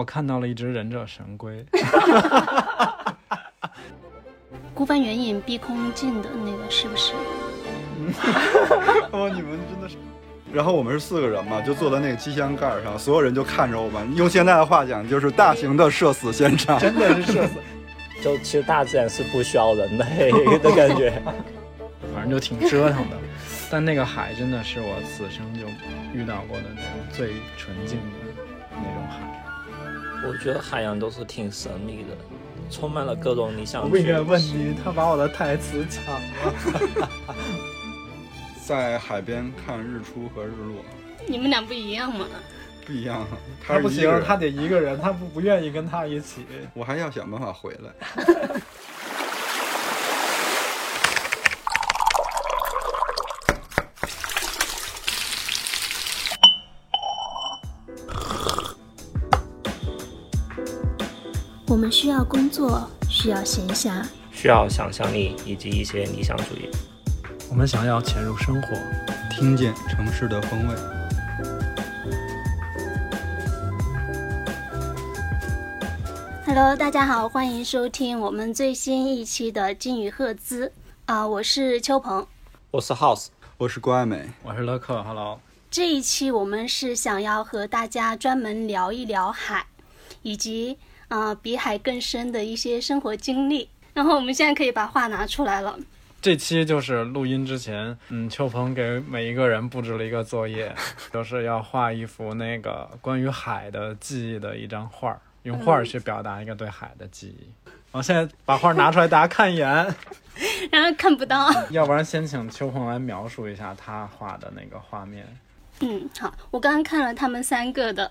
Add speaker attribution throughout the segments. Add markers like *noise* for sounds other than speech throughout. Speaker 1: 我看到了一只忍者神龟，
Speaker 2: 孤帆远影碧空尽的那个是不是？
Speaker 3: *laughs* 哦，你们真的是。然后我们是四个人嘛，就坐在那个机箱盖儿上，所有人就看着我们。用现在的话讲，就是大型的社死现场。
Speaker 1: 真的是社死，
Speaker 4: 就其实大自然是不需要人的 *laughs* 的感觉。
Speaker 1: 反正就挺折腾的。但那个海真的是我此生就遇到过的那种最纯净的那种海。
Speaker 4: *laughs* 我觉得海洋都是挺神秘的，充满了各种理想。
Speaker 5: 我不应该问你，他把我的台词抢了。
Speaker 3: 在海边看日出和日落
Speaker 2: 你们俩不一样嘛？
Speaker 3: 不一样，啊他
Speaker 5: 他
Speaker 3: 是
Speaker 5: 不
Speaker 3: 一个
Speaker 5: 行，
Speaker 3: 人
Speaker 5: 他得一个人，他不不愿意跟他一起。
Speaker 3: 我还要想办法回来。
Speaker 6: 我们需要工作，需要闲暇，
Speaker 4: 需要想象力以及一些理想主义。
Speaker 1: 我们想要潜入生活，
Speaker 3: 听见城市的风味。
Speaker 2: Hello，大家好，欢迎收听我们最新一期的《金鱼赫兹》啊、我是秋鹏。
Speaker 4: 我是 House，
Speaker 3: 我是郭爱美，
Speaker 1: 我是乐克哈喽。
Speaker 2: 这一期我们是想要和大家专门聊一聊海，以及呃比海更深的一些生活经历。然后我们现在可以把话拿出来了，
Speaker 1: 这期就是录音之前，嗯，秋鹏给每一个人布置了一个作
Speaker 2: *laughs*
Speaker 1: 业，就是要画一幅那个关于海的记忆的一张画儿，用
Speaker 2: 嗯
Speaker 1: 画儿去表达一个对海的记忆。我现在把画儿拿出来，大家看一眼。 *laughs*
Speaker 2: 然后看不到。
Speaker 1: 要不然先请秋鹏来描述一下他画的那个画面。
Speaker 2: 嗯，好，我刚刚看了他们三个的，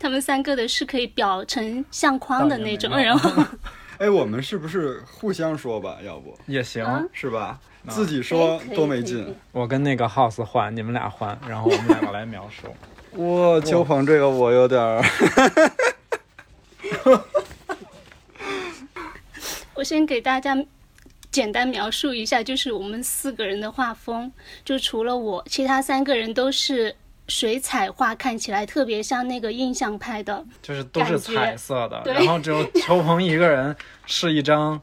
Speaker 2: 他们三个的是可以裱成相框的那种，
Speaker 1: 倒也没有
Speaker 2: 然后
Speaker 3: 哎，我们是不是互相说吧？要不
Speaker 1: 也行，
Speaker 2: 嗯
Speaker 3: 是吧？自己说
Speaker 2: 哎可以
Speaker 3: 多没
Speaker 2: 可以
Speaker 3: 劲。
Speaker 1: 我跟那个 House 换，你们俩换，然后我们两个来描
Speaker 2: *laughs*
Speaker 1: 述。
Speaker 3: 哇，秋鹏这个我有点儿，
Speaker 2: 我先给大家简单描述一下，就是我们四个人的画风，就除了我，其他三个人都是水彩画，看起来特别像那个印象派的。
Speaker 1: 就是都是彩色的，
Speaker 2: 对
Speaker 1: 然后只有邱鹏一个人是一张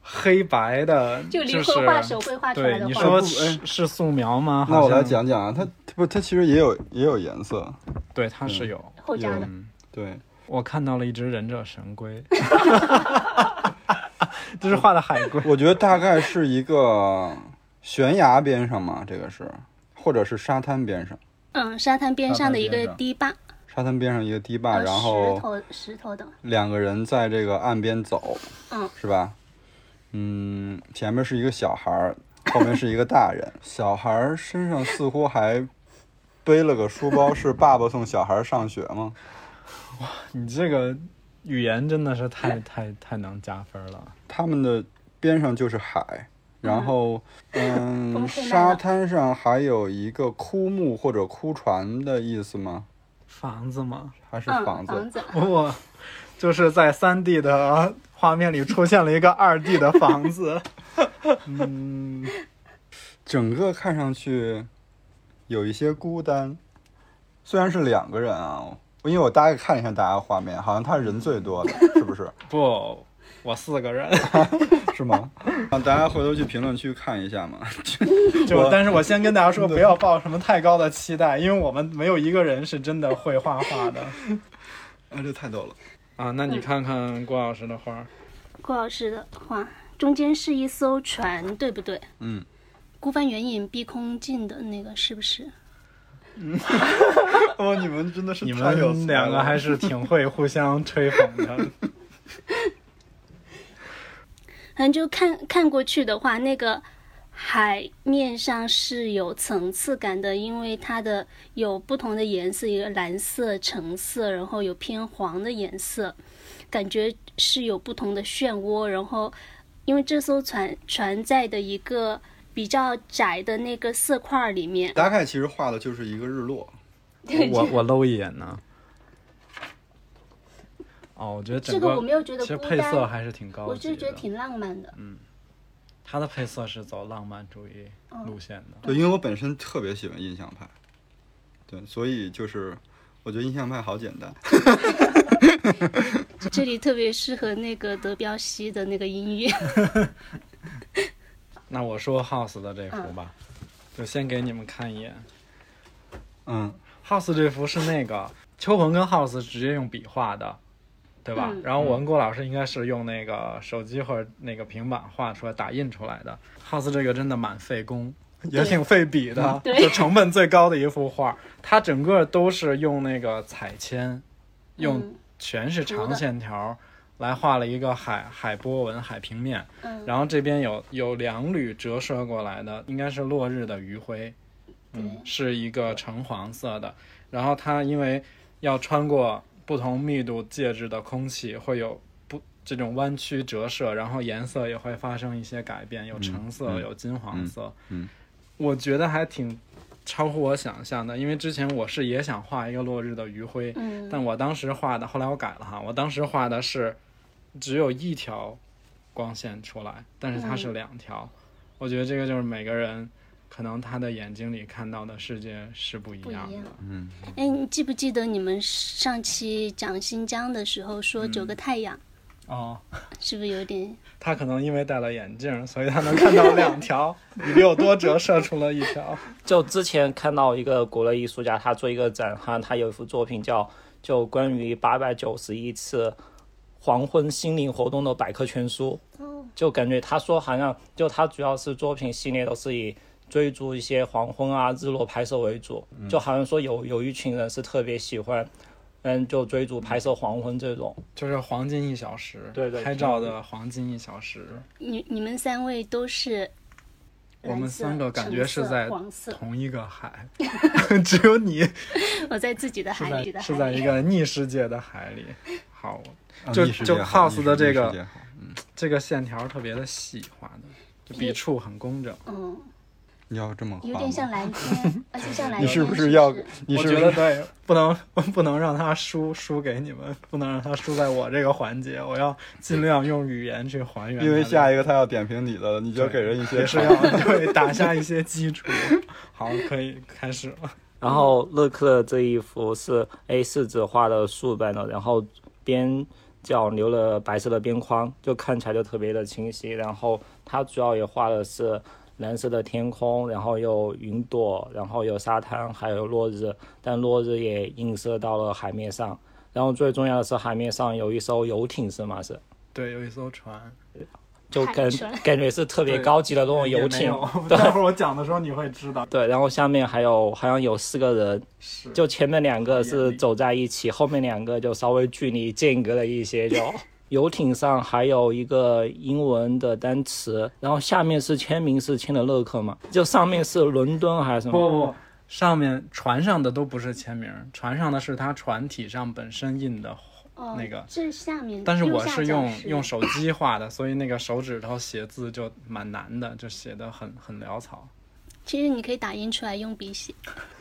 Speaker 1: 黑白的，
Speaker 2: *laughs* 就离
Speaker 1: 是
Speaker 2: 绘画手绘画出来
Speaker 1: 对
Speaker 2: 的
Speaker 1: 你
Speaker 2: 画，
Speaker 1: 说
Speaker 3: 不
Speaker 1: 是
Speaker 3: 哎
Speaker 2: 嗯
Speaker 1: 是素描吗？
Speaker 3: 那我来
Speaker 1: 好像，
Speaker 3: 讲讲啊，它它不，它其实也有也有颜色，
Speaker 1: 对，它是有。
Speaker 2: 后加的。
Speaker 3: 对，
Speaker 1: 我看到了一只忍者神 *laughs* 龟，这是画的海龟，
Speaker 3: *laughs* 我觉得大概是一个悬崖边上嘛，这个是，或者是沙滩边上，
Speaker 2: 嗯，沙滩边上的一
Speaker 3: 沙滩
Speaker 2: 个
Speaker 3: 边上
Speaker 2: 堤坝，
Speaker 3: 沙滩边上一个堤坝，
Speaker 2: 呃
Speaker 3: 啊然
Speaker 2: 石
Speaker 3: 后
Speaker 2: 头石头的，
Speaker 3: 两个人在这个岸边走，
Speaker 2: 嗯，
Speaker 3: 是吧？嗯，前面是一个小孩儿，后面是一个大
Speaker 2: *laughs*
Speaker 3: 人，小孩儿身上似乎还背了个书包，是爸爸送小孩儿上学吗？
Speaker 1: 你这个语言真的是太太太能加分了。
Speaker 3: 他们的边上就是海，然后
Speaker 2: 我
Speaker 3: 嗯，
Speaker 2: 们可以买
Speaker 3: 沙
Speaker 2: 了
Speaker 3: 滩上还有一个枯木或者枯船的意思吗？
Speaker 1: 房子吗？
Speaker 3: 还是
Speaker 2: 嗯，
Speaker 3: 房子？
Speaker 2: 房子，
Speaker 1: 我就是在三 D 的画面里出现了一个二 D 的房子，
Speaker 3: 整个看上去有一些孤单，虽然是两个人啊，因为我大概看了一下大家画面，好像他人最多的，是不是？
Speaker 1: *laughs* 不，我四个 *laughs* 人。
Speaker 3: 是吗？让大家回头去评论区看一下嘛。
Speaker 5: 就
Speaker 3: 我
Speaker 5: 但是我先跟大家
Speaker 1: *laughs*
Speaker 5: 说，不要抱什么太高的期待，因为我们没有一个人是真的会画画的。
Speaker 3: 啊，这太逗了。
Speaker 1: 啊，那你看看郭老师的画儿，
Speaker 2: 郭老师的画，中间是一艘船，对不对？
Speaker 3: 嗯，
Speaker 2: 孤帆远影碧空尽的那个是不是？
Speaker 3: 哦，你们真的是
Speaker 1: 你
Speaker 3: 太有才
Speaker 1: 们两个
Speaker 3: 了
Speaker 1: 还是挺会互相吹捧
Speaker 2: *laughs*
Speaker 1: 的。
Speaker 2: 反正就看看过去的话，那个海面上是有层次感的，因为它的有不同的颜色，一个蓝色、橙色，然后有偏黄的颜色，感觉是有不同的漩涡。然后，因为这艘船船在的一个比较窄的那个色块儿里面，
Speaker 3: 大概其实画的就是一个日落，
Speaker 1: 我我搂一眼呢。哦，我觉得
Speaker 2: 这
Speaker 1: 整
Speaker 2: 个我没有觉得
Speaker 1: 其实
Speaker 2: 孤
Speaker 1: 配色
Speaker 2: 单，
Speaker 1: 还是挺高级的，
Speaker 2: 我就觉得挺浪漫的。
Speaker 1: 嗯 *laughs* 它的配色是走浪漫主义路线的。
Speaker 3: 对，因为我本身特别喜欢印象派，对，所以就是我觉得印象派好简单。
Speaker 2: 这里特别适合那个德彪西的那个音乐。嗯
Speaker 1: 那我说 House 的这幅吧，就先给你们看一眼。
Speaker 3: 嗯，
Speaker 1: House 这幅是那个秋鹏跟 House 直接用笔画的，对吧？
Speaker 2: 嗯
Speaker 1: 然后文郭老师应该是用那个手机或者那个平板画出来、打印出来的。House 这个真的蛮费工，也挺费笔的，
Speaker 2: 嗯对
Speaker 1: 就成本最高的一幅画。它整个都是用那个彩铅，用
Speaker 2: 嗯
Speaker 1: 全是
Speaker 2: 涂的
Speaker 1: 长线条来画了一个海海波纹、海平面。
Speaker 2: 嗯，
Speaker 1: 然后这边有有两缕折射过来的，应该是落日的余晖，嗯，是一个橙黄色的。然后它因为要穿过不同密度介质的空气，会有不这种弯曲折射，然后颜色也会发生一些改变，有橙色，
Speaker 3: 嗯
Speaker 1: 有金黄色。
Speaker 3: 嗯嗯
Speaker 1: 我觉得还挺超乎我想象的，因为之前我是也想画一个落日的余晖，
Speaker 2: 嗯
Speaker 1: 但我当时画的，后来我改了哈，我当时画的是只有一条光线出来，但是它
Speaker 2: 嗯
Speaker 1: 是两条。我觉得这个就是每个人可能他的眼睛里看到的世界是不一
Speaker 2: 不一
Speaker 1: 样
Speaker 2: 样
Speaker 1: 的。。
Speaker 2: 哎，你记不记得你们上期讲新疆的时候说九个
Speaker 1: 嗯
Speaker 2: 太阳，
Speaker 1: 哦，
Speaker 2: 是不是有点？
Speaker 1: 他可能因为戴了眼镜，所以他能看到两
Speaker 2: *laughs*
Speaker 1: 条，你比我多折射出了一条。
Speaker 4: 就之前看到一个国内艺术家，他做一个展，哈，他有一幅作品叫就关于八百九十一次黄昏心灵活动的百科全书，就感觉他说好像就他主要是作品系列都是以追逐一些黄昏啊日落拍摄为主，就好像说有有一群人是特别喜欢。嗯，就追逐拍摄黄昏这种，
Speaker 1: 就是黄金一小时，
Speaker 4: 对对
Speaker 1: 拍照的黄金一小时。
Speaker 2: 你你们三位都是蓝色。
Speaker 1: 我们三个感觉
Speaker 2: 橙色
Speaker 1: 是在
Speaker 2: 黄色，
Speaker 1: 同一个
Speaker 2: *laughs*
Speaker 1: 海，只有你
Speaker 2: 我在自己的
Speaker 1: 是
Speaker 2: 海里的
Speaker 1: 在是
Speaker 2: 海
Speaker 1: 在
Speaker 2: 里
Speaker 1: 一个逆世界的海里。好，
Speaker 3: 啊
Speaker 1: 就
Speaker 3: 逆世
Speaker 1: 就
Speaker 3: 界好
Speaker 1: House
Speaker 3: 逆
Speaker 1: 的
Speaker 3: 世
Speaker 1: 这
Speaker 3: 逆世
Speaker 1: 个
Speaker 3: 界好
Speaker 1: 这个线条特别的细画的，就笔触很工整。
Speaker 2: 嗯，
Speaker 3: 你要这么画
Speaker 2: 有点
Speaker 3: 吗
Speaker 2: 像蓝天，而
Speaker 1: *laughs*
Speaker 2: 且像蓝
Speaker 3: 你
Speaker 2: 天。
Speaker 3: 是不
Speaker 2: 是
Speaker 3: 是要？你
Speaker 1: 我
Speaker 3: 是
Speaker 1: 觉
Speaker 3: 不
Speaker 1: 得
Speaker 3: 是
Speaker 1: 对， *laughs* 不能不能让它输输给你们，不能让它输在我这个环节，我要尽量用语言去还原它的。
Speaker 3: 因为下
Speaker 1: 一
Speaker 3: 一个他要点评你的，你就给人一些
Speaker 1: 也是要对打下一些基础。 *laughs* 好，可以开始了。
Speaker 4: 然后勒克的这一幅是 A 四纸画的竖版的，然后边角留了白色的边框，就看起来就特别的清晰。然后它主要也画的是蓝色的天空，然后有云朵，然后有沙滩，还有落日，但落日也映射到了海面上。然后最重要的是，海面上有一艘游艇，是吗？是，
Speaker 1: 对，有一艘船，
Speaker 4: 就感
Speaker 2: 海船
Speaker 4: 感觉是特别高级的那种游
Speaker 1: 也没
Speaker 4: 艇。
Speaker 1: 有。待会儿我讲的时候你会知道，
Speaker 4: 对，然后下面还有好像有四个人，
Speaker 1: 是
Speaker 4: 就前面两个是走在一起，后面两个就稍微距离间隔了一
Speaker 1: *laughs*
Speaker 4: 些。就游艇上还有一个英文的单词，然后下面是签名是签的乐克嘛，就上面是伦敦还是什
Speaker 1: 不
Speaker 4: 么？
Speaker 1: 不，上面船上的都不是签名，船上的是它船体上本身印的
Speaker 2: 哦，
Speaker 1: 那个
Speaker 2: 这下面，
Speaker 1: 但是
Speaker 2: 右
Speaker 1: 我
Speaker 2: 下
Speaker 1: 是
Speaker 2: 角
Speaker 1: 用
Speaker 2: 是
Speaker 1: 用手机画的，所以那个手指头写字就蛮难的，就写的很很潦草。
Speaker 2: 其实你可以打印出来用笔写。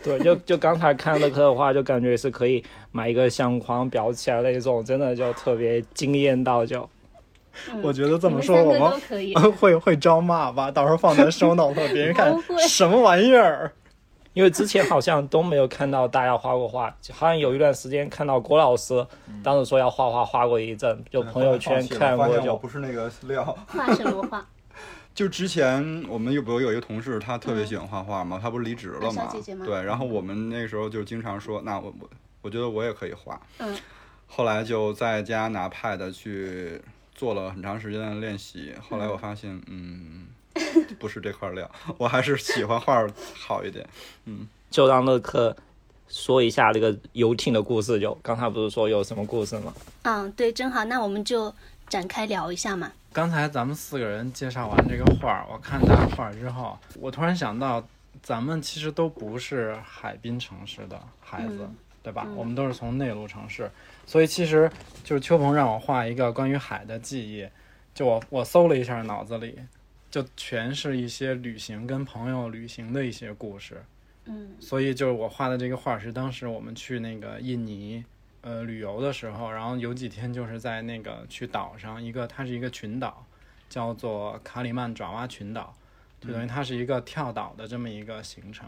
Speaker 4: 对，就就刚才看乐克的话，就感觉是可以买一个相框裱起来那种，真的就特别惊艳到就。
Speaker 2: 嗯
Speaker 1: 我觉得这
Speaker 2: 你
Speaker 1: 么
Speaker 2: 们
Speaker 1: 说
Speaker 2: 三
Speaker 1: 我
Speaker 2: 个都
Speaker 1: 们
Speaker 2: 可以。
Speaker 1: 会会招骂吧？到时候放在 show note，别人
Speaker 2: *laughs*
Speaker 1: 看
Speaker 2: 不会
Speaker 1: 什么玩意儿。
Speaker 4: 因为之前好像都没有看到大家画过画，好像有一段时间看到郭老师
Speaker 3: 嗯
Speaker 4: 当时说要画画，画过一阵，就朋友圈看
Speaker 3: 发
Speaker 4: 过
Speaker 3: 现我
Speaker 4: 就
Speaker 3: 不是那个料。
Speaker 2: 画什么
Speaker 1: *laughs*
Speaker 2: 画？
Speaker 3: 就之前我们有不有一个同事，他特别喜欢画画嘛，他不是离职了
Speaker 2: 嗯小
Speaker 3: 嘛
Speaker 2: 姐姐，吗
Speaker 3: 对，然后我们那个时候就经常说，那我我我觉得我也可以画，
Speaker 2: 嗯，
Speaker 3: 后来就在家拿 pad 去做了很长时间的练习，后来我发现，嗯，不是这块料，我还是喜欢画好一点，
Speaker 4: 就让乐克说一下这个游艇的故事就。刚才不是说有什么故事吗？
Speaker 2: 嗯，对，正好，那我们就展开聊一下嘛。
Speaker 1: 刚才咱们四个人介绍完这个画儿，我看大家画儿之后，我突然想到，咱们其实都不是海滨城市的孩子，
Speaker 2: 嗯
Speaker 1: 对吧？
Speaker 2: 嗯
Speaker 1: 我们都是从内陆城市，所以其实就是秋鹏让我画一个关于海的记忆，就我我搜了一下脑子里，就全是一些旅行跟朋友旅行的一些故事。
Speaker 2: 嗯
Speaker 1: 所以就是我画的这个画是当时我们去那个印尼呃旅游的时候，然后有几天就是在那个去岛上，一个它是一个群岛，叫做卡里曼爪哇群岛，就等于它是一个跳岛的这么一个行程。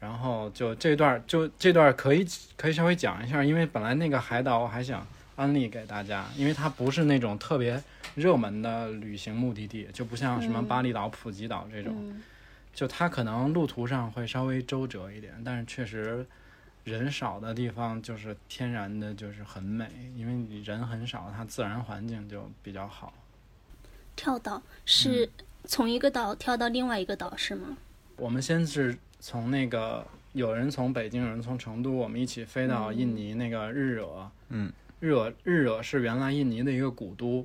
Speaker 1: 然后就这段就这段可以可以稍微讲一下，因为本来那个海岛我还想安利给大家，因为它不是那种特别热门的旅行目的地，就不像什么巴厘岛、普吉岛这种，
Speaker 2: 嗯
Speaker 1: 就它可能路途上会稍微周折一点，但是确实人少的地方就是天然的就是很美，因为你人很少，它自然环境就比较好。
Speaker 2: 跳
Speaker 1: 嗯
Speaker 2: 岛是从一个岛跳到另外一个岛是吗？
Speaker 1: 我们先是从那个有人从北京，有人从成都，我们一起飞到印尼那个日惹。
Speaker 3: 嗯，
Speaker 1: 日惹日惹是原来印尼的一个古都，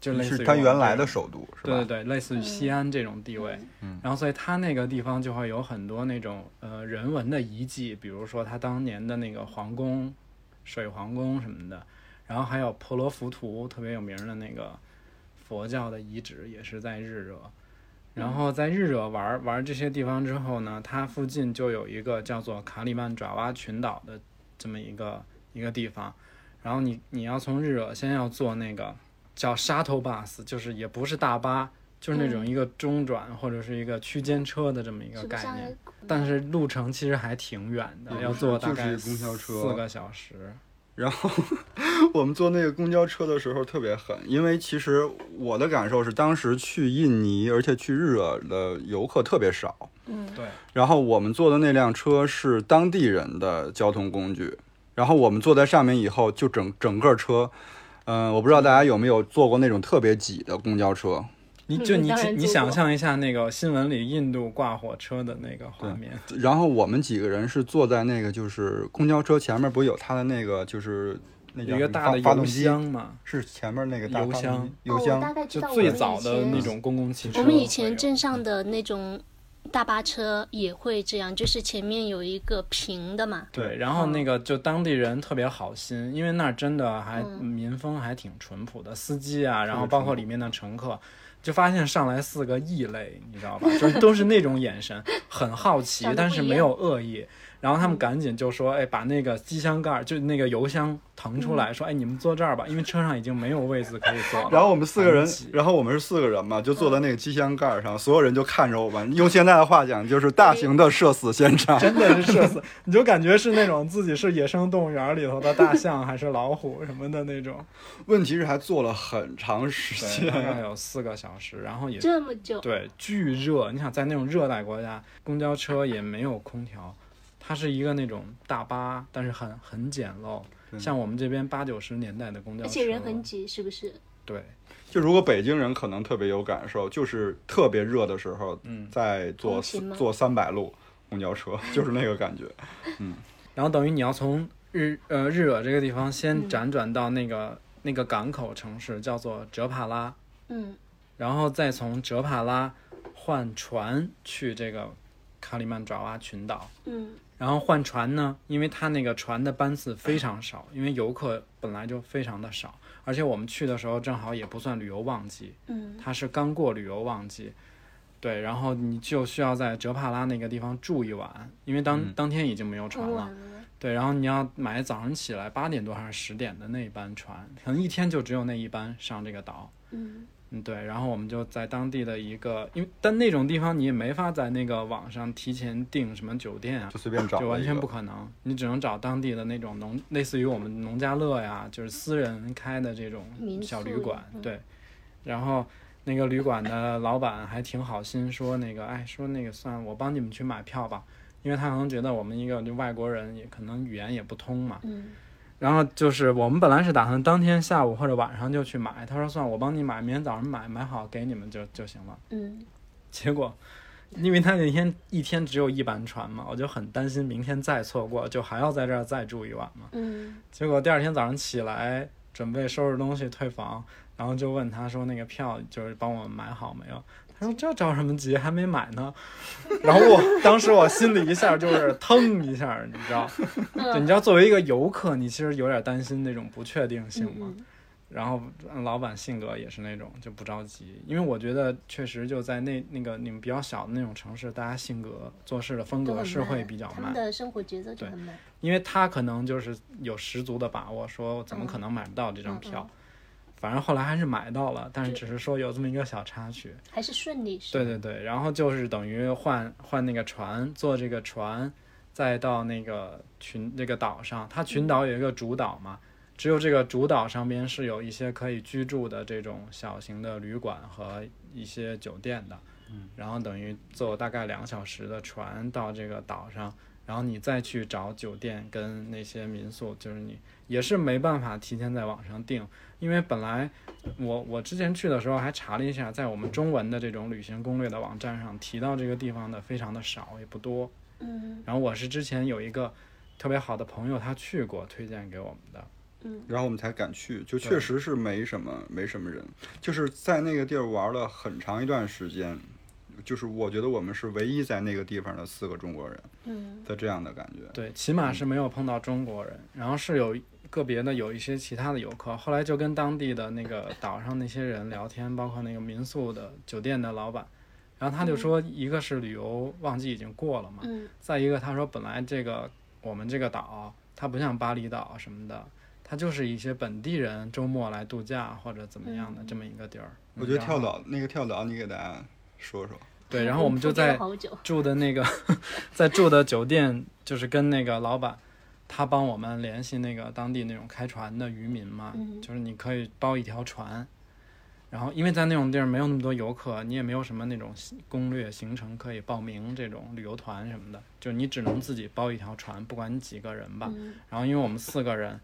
Speaker 1: 就类似于
Speaker 3: 是它
Speaker 1: 我们
Speaker 3: 原
Speaker 1: 这
Speaker 3: 来
Speaker 1: 种
Speaker 3: 的首都，是
Speaker 1: 对对
Speaker 3: 吧？
Speaker 1: 对，类似于西安这种地位。
Speaker 3: 嗯
Speaker 1: 然后所以它那个地方就会有很多那种呃人文的遗迹，比如说它当年的那个皇宫、水皇宫什么的，然后还有婆罗浮屠特别有名的那个佛教的遗址也是在日惹。
Speaker 3: 嗯
Speaker 1: 然后在日惹玩玩这些地方之后呢，它附近就有一个叫做卡里曼爪哇群岛的这么一个一个地方，然后你你要从日惹先要坐那个叫 shuttle bus，就是也不是大巴，就是那
Speaker 3: 嗯
Speaker 1: 种一个中转或者是一个区间车的这么一个
Speaker 2: 是不
Speaker 1: 概
Speaker 2: 是像
Speaker 1: 念，但是路程其实还挺远的，
Speaker 3: 也
Speaker 1: 要
Speaker 3: 不是
Speaker 1: 坐大
Speaker 3: 就是一
Speaker 1: 概
Speaker 3: 个公交车
Speaker 1: 四个小时。
Speaker 3: 然后我们坐那个公交车的时候特别狠，因为其实我的感受是，当时去印尼，而且去日惹的游客特别少。
Speaker 1: 对，
Speaker 3: 然后我们坐的那辆车是当地人的交通工具，然后我们坐在上面以后，就整整个车，嗯、我不知道大家有没有坐过那种特别挤的公交车，
Speaker 1: 你就
Speaker 3: *laughs*
Speaker 7: 嗯
Speaker 1: 你
Speaker 7: 当然
Speaker 1: 你
Speaker 7: 坐
Speaker 1: 想
Speaker 7: 过
Speaker 1: 象一下那个新闻里印度挂火车的那个画面，
Speaker 3: 然后我们几个人是坐在那个就是公交车前面，不是有它的那个就是那叫
Speaker 1: 有一个
Speaker 3: 什么
Speaker 1: 大的
Speaker 3: 发发
Speaker 1: 油
Speaker 3: 动机，
Speaker 1: 箱嘛，
Speaker 3: 是前面那个大
Speaker 1: 油
Speaker 3: 发动
Speaker 1: 箱
Speaker 3: 机邮
Speaker 7: 哦，我大
Speaker 3: 箱。
Speaker 7: 概知
Speaker 1: 就
Speaker 7: 道我
Speaker 1: 最
Speaker 7: 们以
Speaker 1: 早的
Speaker 7: 前
Speaker 1: 那种公共汽车。嗯
Speaker 2: 我们以前镇上的那种大巴车也会这样，就是前面有一个平的嘛，
Speaker 1: 对，然
Speaker 7: 嗯
Speaker 1: 后那个就当地人特别好心，因为那儿真的还
Speaker 7: 嗯
Speaker 1: 民风还挺淳朴的，司机啊，然后包括里面的乘客，就发现上来四个异类，你知道吧？就是都是那种眼神，很好奇
Speaker 7: 长，得
Speaker 1: 但
Speaker 7: 不
Speaker 1: 是
Speaker 7: 一
Speaker 1: 没
Speaker 7: 样嗯
Speaker 1: 有恶意。然后他们赶紧就说：“哎，把那个机箱盖儿，就那个油箱腾
Speaker 7: 嗯
Speaker 1: 出来，说，哎，你们坐这儿吧，因为车上已经没有位子可以坐了。”
Speaker 3: 然后我们四个人
Speaker 1: 很挤，
Speaker 3: 然后我们是四个人嘛，就坐在那个机箱盖上，所有人就看着我们。用现在的话讲，就是大型的社死现场。
Speaker 1: 真的是社死，你就感觉是那种自己是野生动物园里头的大象还是老虎什么的那种。
Speaker 3: 问题是还坐了很长时
Speaker 1: 对，大
Speaker 3: 间，
Speaker 1: 概有四个小时，然后也
Speaker 7: 这么久，
Speaker 1: 对巨热。你想在那种热带国家，公交车也没有空调，它是一个那种大巴，但是很很简陋，
Speaker 3: 对
Speaker 1: 像我们这边八九十年代的公交
Speaker 7: 而
Speaker 1: 车，
Speaker 7: 且人很挤，是不是？
Speaker 1: 对，
Speaker 3: 就如果北京人可能特别有感受，就是特别热的时候，
Speaker 1: 嗯。
Speaker 3: 在坐
Speaker 7: 通勤吗
Speaker 3: 坐三百路公交车，就是那
Speaker 1: *laughs*
Speaker 3: 个感觉。
Speaker 1: 然后等于你要从日呃日惹这个地方
Speaker 7: 嗯
Speaker 1: 先辗转到那个、那个港口城市，叫做哲帕拉。
Speaker 2: 嗯，
Speaker 1: 然后再从哲帕拉换船去这个卡里曼爪哇群岛。
Speaker 2: 嗯，
Speaker 1: 然后换船呢，因为它那个船的班次非常少，因为游客本来就非常的少，而且我们去的时候正好也不算旅游旺季，
Speaker 2: 嗯，
Speaker 1: 它是刚过旅游旺季。对，然后你就需要在哲帕拉那个地方住一晚，因为当、当天已经没有船了
Speaker 2: 晚。了，
Speaker 1: 对，然后你要买早上起来八点多还是十点的那一班船，可能一天就只有那一班上这个岛。
Speaker 2: 嗯，
Speaker 1: 嗯，对，然后我们就在当地的一个，因为但那种地方你也没法在那个网上提前订什么酒店啊
Speaker 3: 就，随便找，
Speaker 1: 就完全不。可能，你只能找当地的那种农，类似于我们农家乐呀，就是私人开的这种
Speaker 7: 民
Speaker 1: 小
Speaker 7: 宿嗯
Speaker 1: 旅
Speaker 7: 呀
Speaker 1: 馆，对。然后那个旅馆的老板还挺好心，说那个，哎，说那个算我帮你们去买票吧，因为他可能觉得我们一个就外国人也可能语言也不通嘛，
Speaker 2: 嗯，
Speaker 1: 然后就是我们本来是打算当天下午或者晚上就去买，他说算我帮你买，明天早上买买好给你们就就行了。 *laughs*
Speaker 2: 嗯，
Speaker 1: 结果，因为他那天一天只有一班船嘛，我就很担心明天再错过，就还要在这儿再住一晚嘛。
Speaker 2: 嗯，
Speaker 1: 结果第二天早上起来准备收拾东西退房，然后就问他说那个票就是帮我们买好没有？他说这着什么急，还没买呢。然后我当时我心里一下就是腾一下，你知道，就你知道作为一个游客，你其实有点担心那种不确定性嘛。
Speaker 2: 嗯
Speaker 1: 然后嗯老板性格也是那种就不着急，因为我觉得确实就在那那个你们比较小的那种城市，大家性格做事的风
Speaker 2: 都
Speaker 1: 格
Speaker 2: 很
Speaker 1: 是会
Speaker 2: 慢
Speaker 1: 比较
Speaker 2: 他
Speaker 1: 慢
Speaker 2: 们。的生活节奏就很慢，
Speaker 1: 因为他可能就是有十足的把握，说怎么可能买不到这张票。反正后来还是买到了，但是只是说有这么一个小插曲。
Speaker 2: 还是顺利是
Speaker 1: 对
Speaker 2: 吧？
Speaker 1: 对对，然后就是等于换换那个船，坐这个
Speaker 2: 嗯
Speaker 1: 船，再到那个群那个岛上。它群岛有一个主岛嘛，只有这个主岛上边是有一些可以居住的这种小型的旅馆和一些酒店的。
Speaker 2: 嗯
Speaker 1: 然后等于坐大概两小时的船到这个岛上，然后你再去找酒店跟那些民宿，就是你也是没办法提前在网上订，因为本来我我之前去的时候还查了一下，在我们中文的这种旅行攻略的网站上提到这个地方的非常的少，也不多。
Speaker 2: 嗯
Speaker 1: 然后我是之前有一个特别好的朋友，他去过，推荐给我们的。
Speaker 3: 然后我们才敢去，就确实是没什么没什么人，就是在那个地儿玩了很长一段时间，就是我觉得我们是唯一在那个地方的四个中国人
Speaker 2: 嗯
Speaker 3: 的这样的感觉。
Speaker 1: 对，起码是没有碰到中国人，然后是有个别的有一些其他的游客，后来就跟当地的那个岛上那些人聊天，包括那个民宿的酒店的老板，然后他就说，一个是旅游旺季已经过了嘛，
Speaker 2: 嗯
Speaker 1: 再一个他说本来这个我们这个岛它不像巴厘岛什么的，它就是一些本地人周末来度假或者怎么样的、这么一个地儿。嗯
Speaker 3: 我觉得
Speaker 1: 然
Speaker 3: 跳
Speaker 1: 后
Speaker 3: 岛那个跳岛，你给大家说说。
Speaker 1: 对，然后我们就
Speaker 2: 铺垫
Speaker 1: 在
Speaker 2: 了好久，
Speaker 1: *laughs* 住的那个在住的酒店，就是跟那个老板，他帮我们联系那个当地那种开船的渔民嘛，
Speaker 2: 嗯
Speaker 1: 就是你可以包一条船，然后因为在那种地儿没有那么多游客，你也没有什么那种攻略行程可以报名这种旅游团什么的，就你只能自己包一条船，不管你几个人吧。
Speaker 2: 嗯
Speaker 1: 然后因为我们四个人，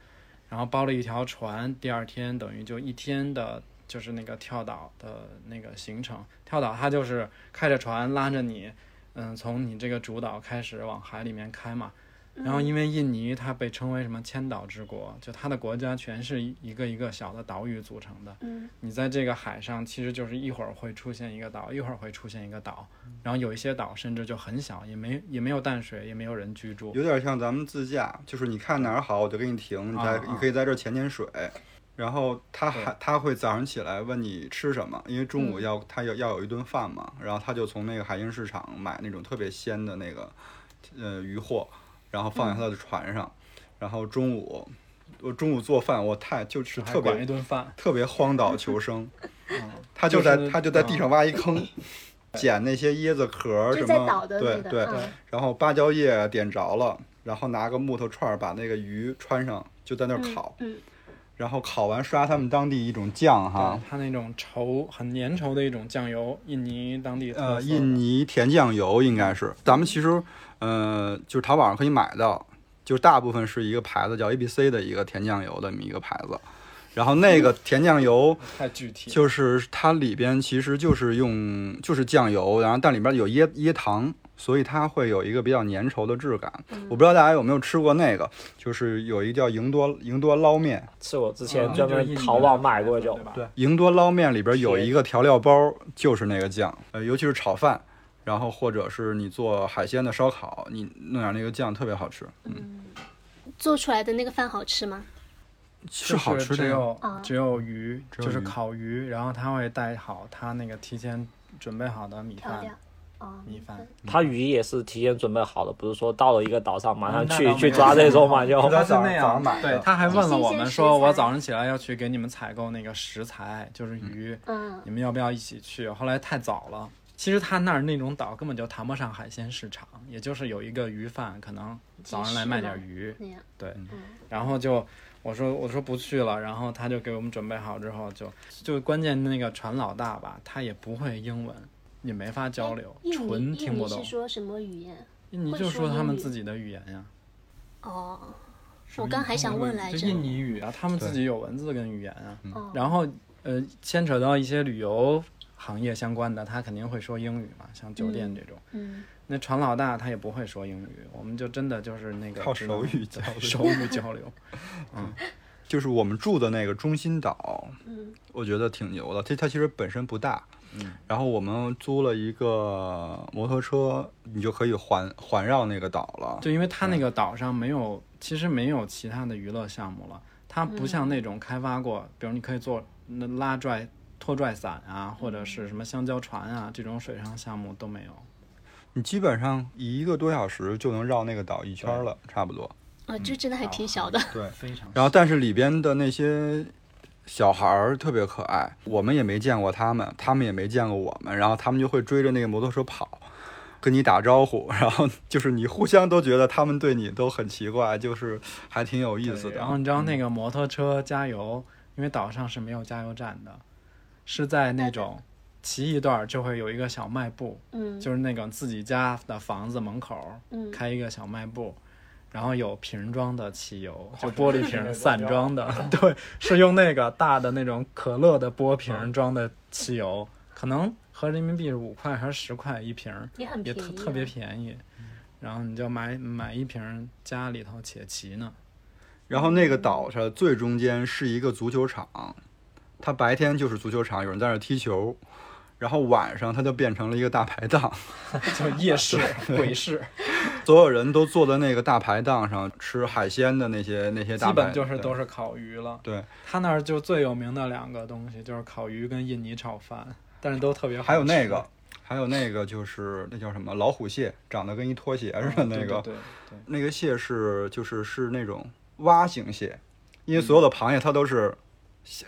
Speaker 1: 然后包了一条船，第二天等于就一天的，就是那个跳岛的那个行程。跳岛它就是开着船拉着你，嗯，从你这个主岛开始往海里面开嘛。然
Speaker 3: 嗯
Speaker 1: 后因为印尼它被称为什么千岛之国，就它的国家全是一个一个小的岛屿组成的。
Speaker 2: 嗯
Speaker 1: 你在这个海上，其实就是一会儿会出现一个岛，一会儿会出现一个岛，
Speaker 3: 嗯
Speaker 1: 然后有一些岛甚至就很小，也没也没有淡水，也没有人居住。
Speaker 3: 有点像咱们自驾，就是你看哪儿好，我就给你停，你在、
Speaker 1: 啊啊
Speaker 3: 你可以在这儿潜潜水。然后他
Speaker 1: 对嗯
Speaker 3: 还他会早上起来问你吃什么，因为中午要、他要要有一顿饭嘛，然后他就从那个海鲜市场买那种特别鲜的那个呃鱼货，然后放
Speaker 1: 嗯
Speaker 3: 在他的船上，然后中午我中午做饭，我太就是
Speaker 1: 还
Speaker 3: 特
Speaker 1: 管一
Speaker 3: 别
Speaker 1: 顿饭，
Speaker 3: 特别荒岛求生，
Speaker 2: *laughs*
Speaker 1: 嗯，
Speaker 3: 他
Speaker 1: 就
Speaker 3: 就在
Speaker 1: 是
Speaker 3: 他就在地
Speaker 1: 嗯
Speaker 3: 上挖一坑，捡那些椰子壳儿什
Speaker 2: 就
Speaker 3: 么，
Speaker 2: 在岛的那
Speaker 3: 对
Speaker 2: 个，
Speaker 3: 对，
Speaker 2: 嗯
Speaker 3: 然后芭蕉叶点着了，然后拿个木头串儿把那个鱼穿上，就在那儿烤，
Speaker 2: 嗯
Speaker 3: 然后烤完刷他们当地一种酱哈
Speaker 1: 对，，它那种稠很粘稠的一种酱油，印尼当地特
Speaker 3: 呃，
Speaker 1: 色
Speaker 3: 印
Speaker 1: 的
Speaker 3: 尼甜酱油应该是，咱们其实呃就是淘宝上可以买到，就是大部分是一个牌子叫 ABC 的一个甜酱油的这么一个牌子，然后那个甜酱油。
Speaker 1: 太具体，
Speaker 3: 就是它里边其实就是用就是酱油，然后但里边有椰椰糖，所以它会有一个比较粘稠的质感。
Speaker 1: 嗯
Speaker 3: 我不知道大家有没有吃过那个，就是有一个叫赢多赢多捞面，
Speaker 4: 是我之
Speaker 1: 嗯
Speaker 4: 前
Speaker 1: 那
Speaker 4: 专
Speaker 1: 就是印
Speaker 4: 门
Speaker 1: 尼
Speaker 4: 淘
Speaker 1: 的
Speaker 4: 宝
Speaker 1: 牌
Speaker 4: 买
Speaker 1: 子
Speaker 4: 过一种
Speaker 1: 对吧，
Speaker 4: 对，
Speaker 3: 赢多捞面里边有一个调料包，就是那个酱，呃，尤其是炒饭，然后或者是你做海鲜的烧烤，你弄点那个酱特别好吃，
Speaker 2: 做出来的那个饭好吃吗？
Speaker 1: 就是
Speaker 3: 好吃的
Speaker 1: 只
Speaker 3: 呀。
Speaker 1: 有、
Speaker 2: 哦
Speaker 1: 只有鱼，
Speaker 3: 只有
Speaker 1: 就是
Speaker 3: 鱼
Speaker 1: 烤鱼，然后他会带好他那个提前准备好的米
Speaker 2: 调料
Speaker 1: 饭，
Speaker 2: 哦，
Speaker 1: 米饭。
Speaker 4: 它鱼也是提前准备好的，不是说到了一个岛上马上
Speaker 1: 嗯那
Speaker 4: 去
Speaker 1: 倒
Speaker 4: 去
Speaker 1: 没
Speaker 4: 抓
Speaker 1: 有
Speaker 4: 这
Speaker 1: *laughs*
Speaker 4: 种嘛，就
Speaker 3: 他
Speaker 1: 他
Speaker 3: 是
Speaker 1: 是
Speaker 3: 那
Speaker 1: 那
Speaker 3: 样早上
Speaker 1: 样
Speaker 3: 买，的
Speaker 1: 对，他还问了我们
Speaker 2: 新鲜
Speaker 1: 说，
Speaker 2: 食材
Speaker 1: 我早上起来要去给你们采购那个食材，就是鱼，
Speaker 2: 嗯
Speaker 1: 你们要不要一起去？后来太早了。其实他那儿那种岛根本就谈不上海鲜市场，也就是有一个鱼贩，可能早上来卖点
Speaker 2: 集市
Speaker 1: 鱼，
Speaker 2: 嘛那样，
Speaker 1: 对，
Speaker 3: 嗯
Speaker 1: 然后就我说我说不去了，然后他就给我们准备好之后就就关键那个船老大吧，他也不会英文，也没法交流，
Speaker 2: 印尼
Speaker 1: 纯听不
Speaker 2: 印
Speaker 1: 懂
Speaker 2: 尼是。说什么语言？
Speaker 1: 你
Speaker 2: 会
Speaker 1: 就
Speaker 2: 说
Speaker 1: 他
Speaker 2: 英
Speaker 1: 们
Speaker 2: 语
Speaker 1: 自己的语言呀，
Speaker 2: 哦，我刚还想问来
Speaker 1: 就
Speaker 2: 着，
Speaker 1: 印尼语啊，他们自己有文字跟语言啊。
Speaker 3: 嗯
Speaker 2: 哦
Speaker 1: 然后呃，牵扯到一些旅游行业相关的，他肯定会说英语嘛，像酒店这种。
Speaker 2: 嗯
Speaker 1: 那船老大他也不会说英语，我们就真的就是那个
Speaker 3: 靠
Speaker 1: 只能
Speaker 3: 手
Speaker 1: 对
Speaker 3: 语交
Speaker 1: *laughs*
Speaker 3: 流
Speaker 1: 手语交流。
Speaker 3: 就是我们住的那个中心岛，
Speaker 2: 嗯
Speaker 3: 我觉得挺牛的。它它其实本身不大，
Speaker 1: 嗯，
Speaker 3: 然后我们租了一个摩托车，你就可以环环绕那个岛了。
Speaker 1: 就因为它那个岛上没有，其实没有其他的娱乐项目了。它不像
Speaker 3: 嗯
Speaker 1: 那种开发过，比如你可以做那拉拽、拖拽伞啊，或者是什么香蕉船啊，这种水上项目都没有。
Speaker 3: 嗯你基本上一个多小时就能绕那个岛一圈了，差不多。
Speaker 2: 哦，
Speaker 1: 嗯
Speaker 2: 就真的还挺小的，
Speaker 3: 对，
Speaker 1: 非常
Speaker 3: 然后但是里边的那些小孩儿特别可爱，我们也没见过他们，他们也没见过我们，然后他们就会追着那个摩托车跑。跟你打招呼， *laughs* 然后就是你互相都觉得他们对你都很奇怪，就是还挺有意思的。嗯
Speaker 1: 然后你知道那个摩托车加油，因为岛上是没有加油站的，是在那
Speaker 3: 嗯
Speaker 1: 种骑一段儿就会有一个小卖部，
Speaker 2: 嗯
Speaker 1: 就是那种自己家的房子门口儿
Speaker 2: 嗯，
Speaker 1: 开一个小卖部，然后有瓶装的汽 *laughs* 油，就玻璃瓶散装的， *laughs* 对，是用那个大的那种可乐的玻瓶装的汽油，嗯可能合人民币五块还是十块一瓶儿，
Speaker 2: 也很
Speaker 1: 也
Speaker 2: 便宜
Speaker 1: 特
Speaker 2: 啊，
Speaker 1: 特别便宜。嗯然后你就买买一瓶，家里头且骑 *laughs* 呢。
Speaker 3: 然后那个岛上最中间是一个足球场，它白天就是足球场，有人在那儿踢球，然后晚上它就变成了一个大排档， *laughs*
Speaker 1: 就夜市、鬼市，
Speaker 3: 所有人都坐在那个大排档上吃海鲜的那些 *laughs* 那些大
Speaker 1: 基
Speaker 3: 排，
Speaker 1: 本就是都
Speaker 3: 是
Speaker 1: 是烤鱼了。
Speaker 3: 对，
Speaker 1: 他那儿就最有名的两个东西就是烤鱼跟印尼炒饭，但是都特别好吃。
Speaker 3: 还有那个。还有那个就是那叫什么老虎蟹，长得跟一拖鞋似的那个，
Speaker 1: 哦对对对
Speaker 3: 那个蟹是就是是那种蛙形蟹，因为所有的螃蟹它都是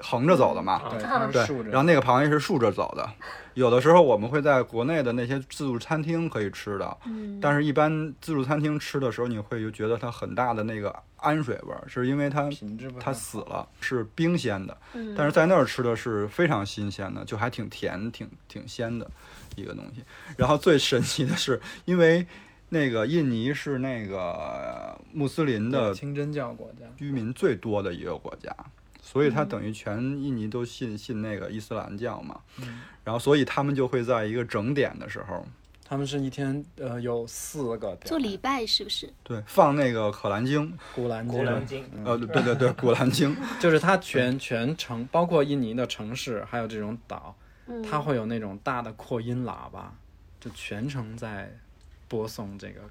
Speaker 3: 横着走的嘛，
Speaker 1: 对，啊它是
Speaker 3: 对
Speaker 1: 竖着，
Speaker 3: 然后那个螃蟹是竖着走的，有的时候我们会在国内的那些自助餐厅可以吃的，但是一般自助餐厅吃的时候，你会觉得它很大的那个氨水味儿，是因为它
Speaker 5: 品质不太
Speaker 3: 它
Speaker 5: 好
Speaker 3: 死了，是冰鲜的，
Speaker 2: 嗯，
Speaker 3: 但是在那儿吃的是非常新鲜的，就还挺甜、挺挺鲜的一个东西。然后最神奇的是，因为那个印尼是那个穆斯林的
Speaker 1: 清真教国家。
Speaker 3: 居民最多的一个国家，所以
Speaker 2: 嗯
Speaker 3: 它等于全印尼都信信那个伊斯兰教嘛。
Speaker 2: 嗯
Speaker 3: 然后，所以他们就会在一个整点的时候，
Speaker 1: 他们是一天呃有四个
Speaker 2: 做
Speaker 1: 点，
Speaker 2: 礼拜是不是？
Speaker 3: 对，放那个《可兰经》
Speaker 1: 古兰经，
Speaker 4: 经
Speaker 2: 嗯
Speaker 3: 呃，对对对，《古
Speaker 2: *laughs*
Speaker 3: 兰经》
Speaker 1: *laughs* 就是它全全城，包括印尼的城市，还有这种岛，
Speaker 2: 嗯，
Speaker 1: 它会有那种大的扩音喇叭，就全程在播送这个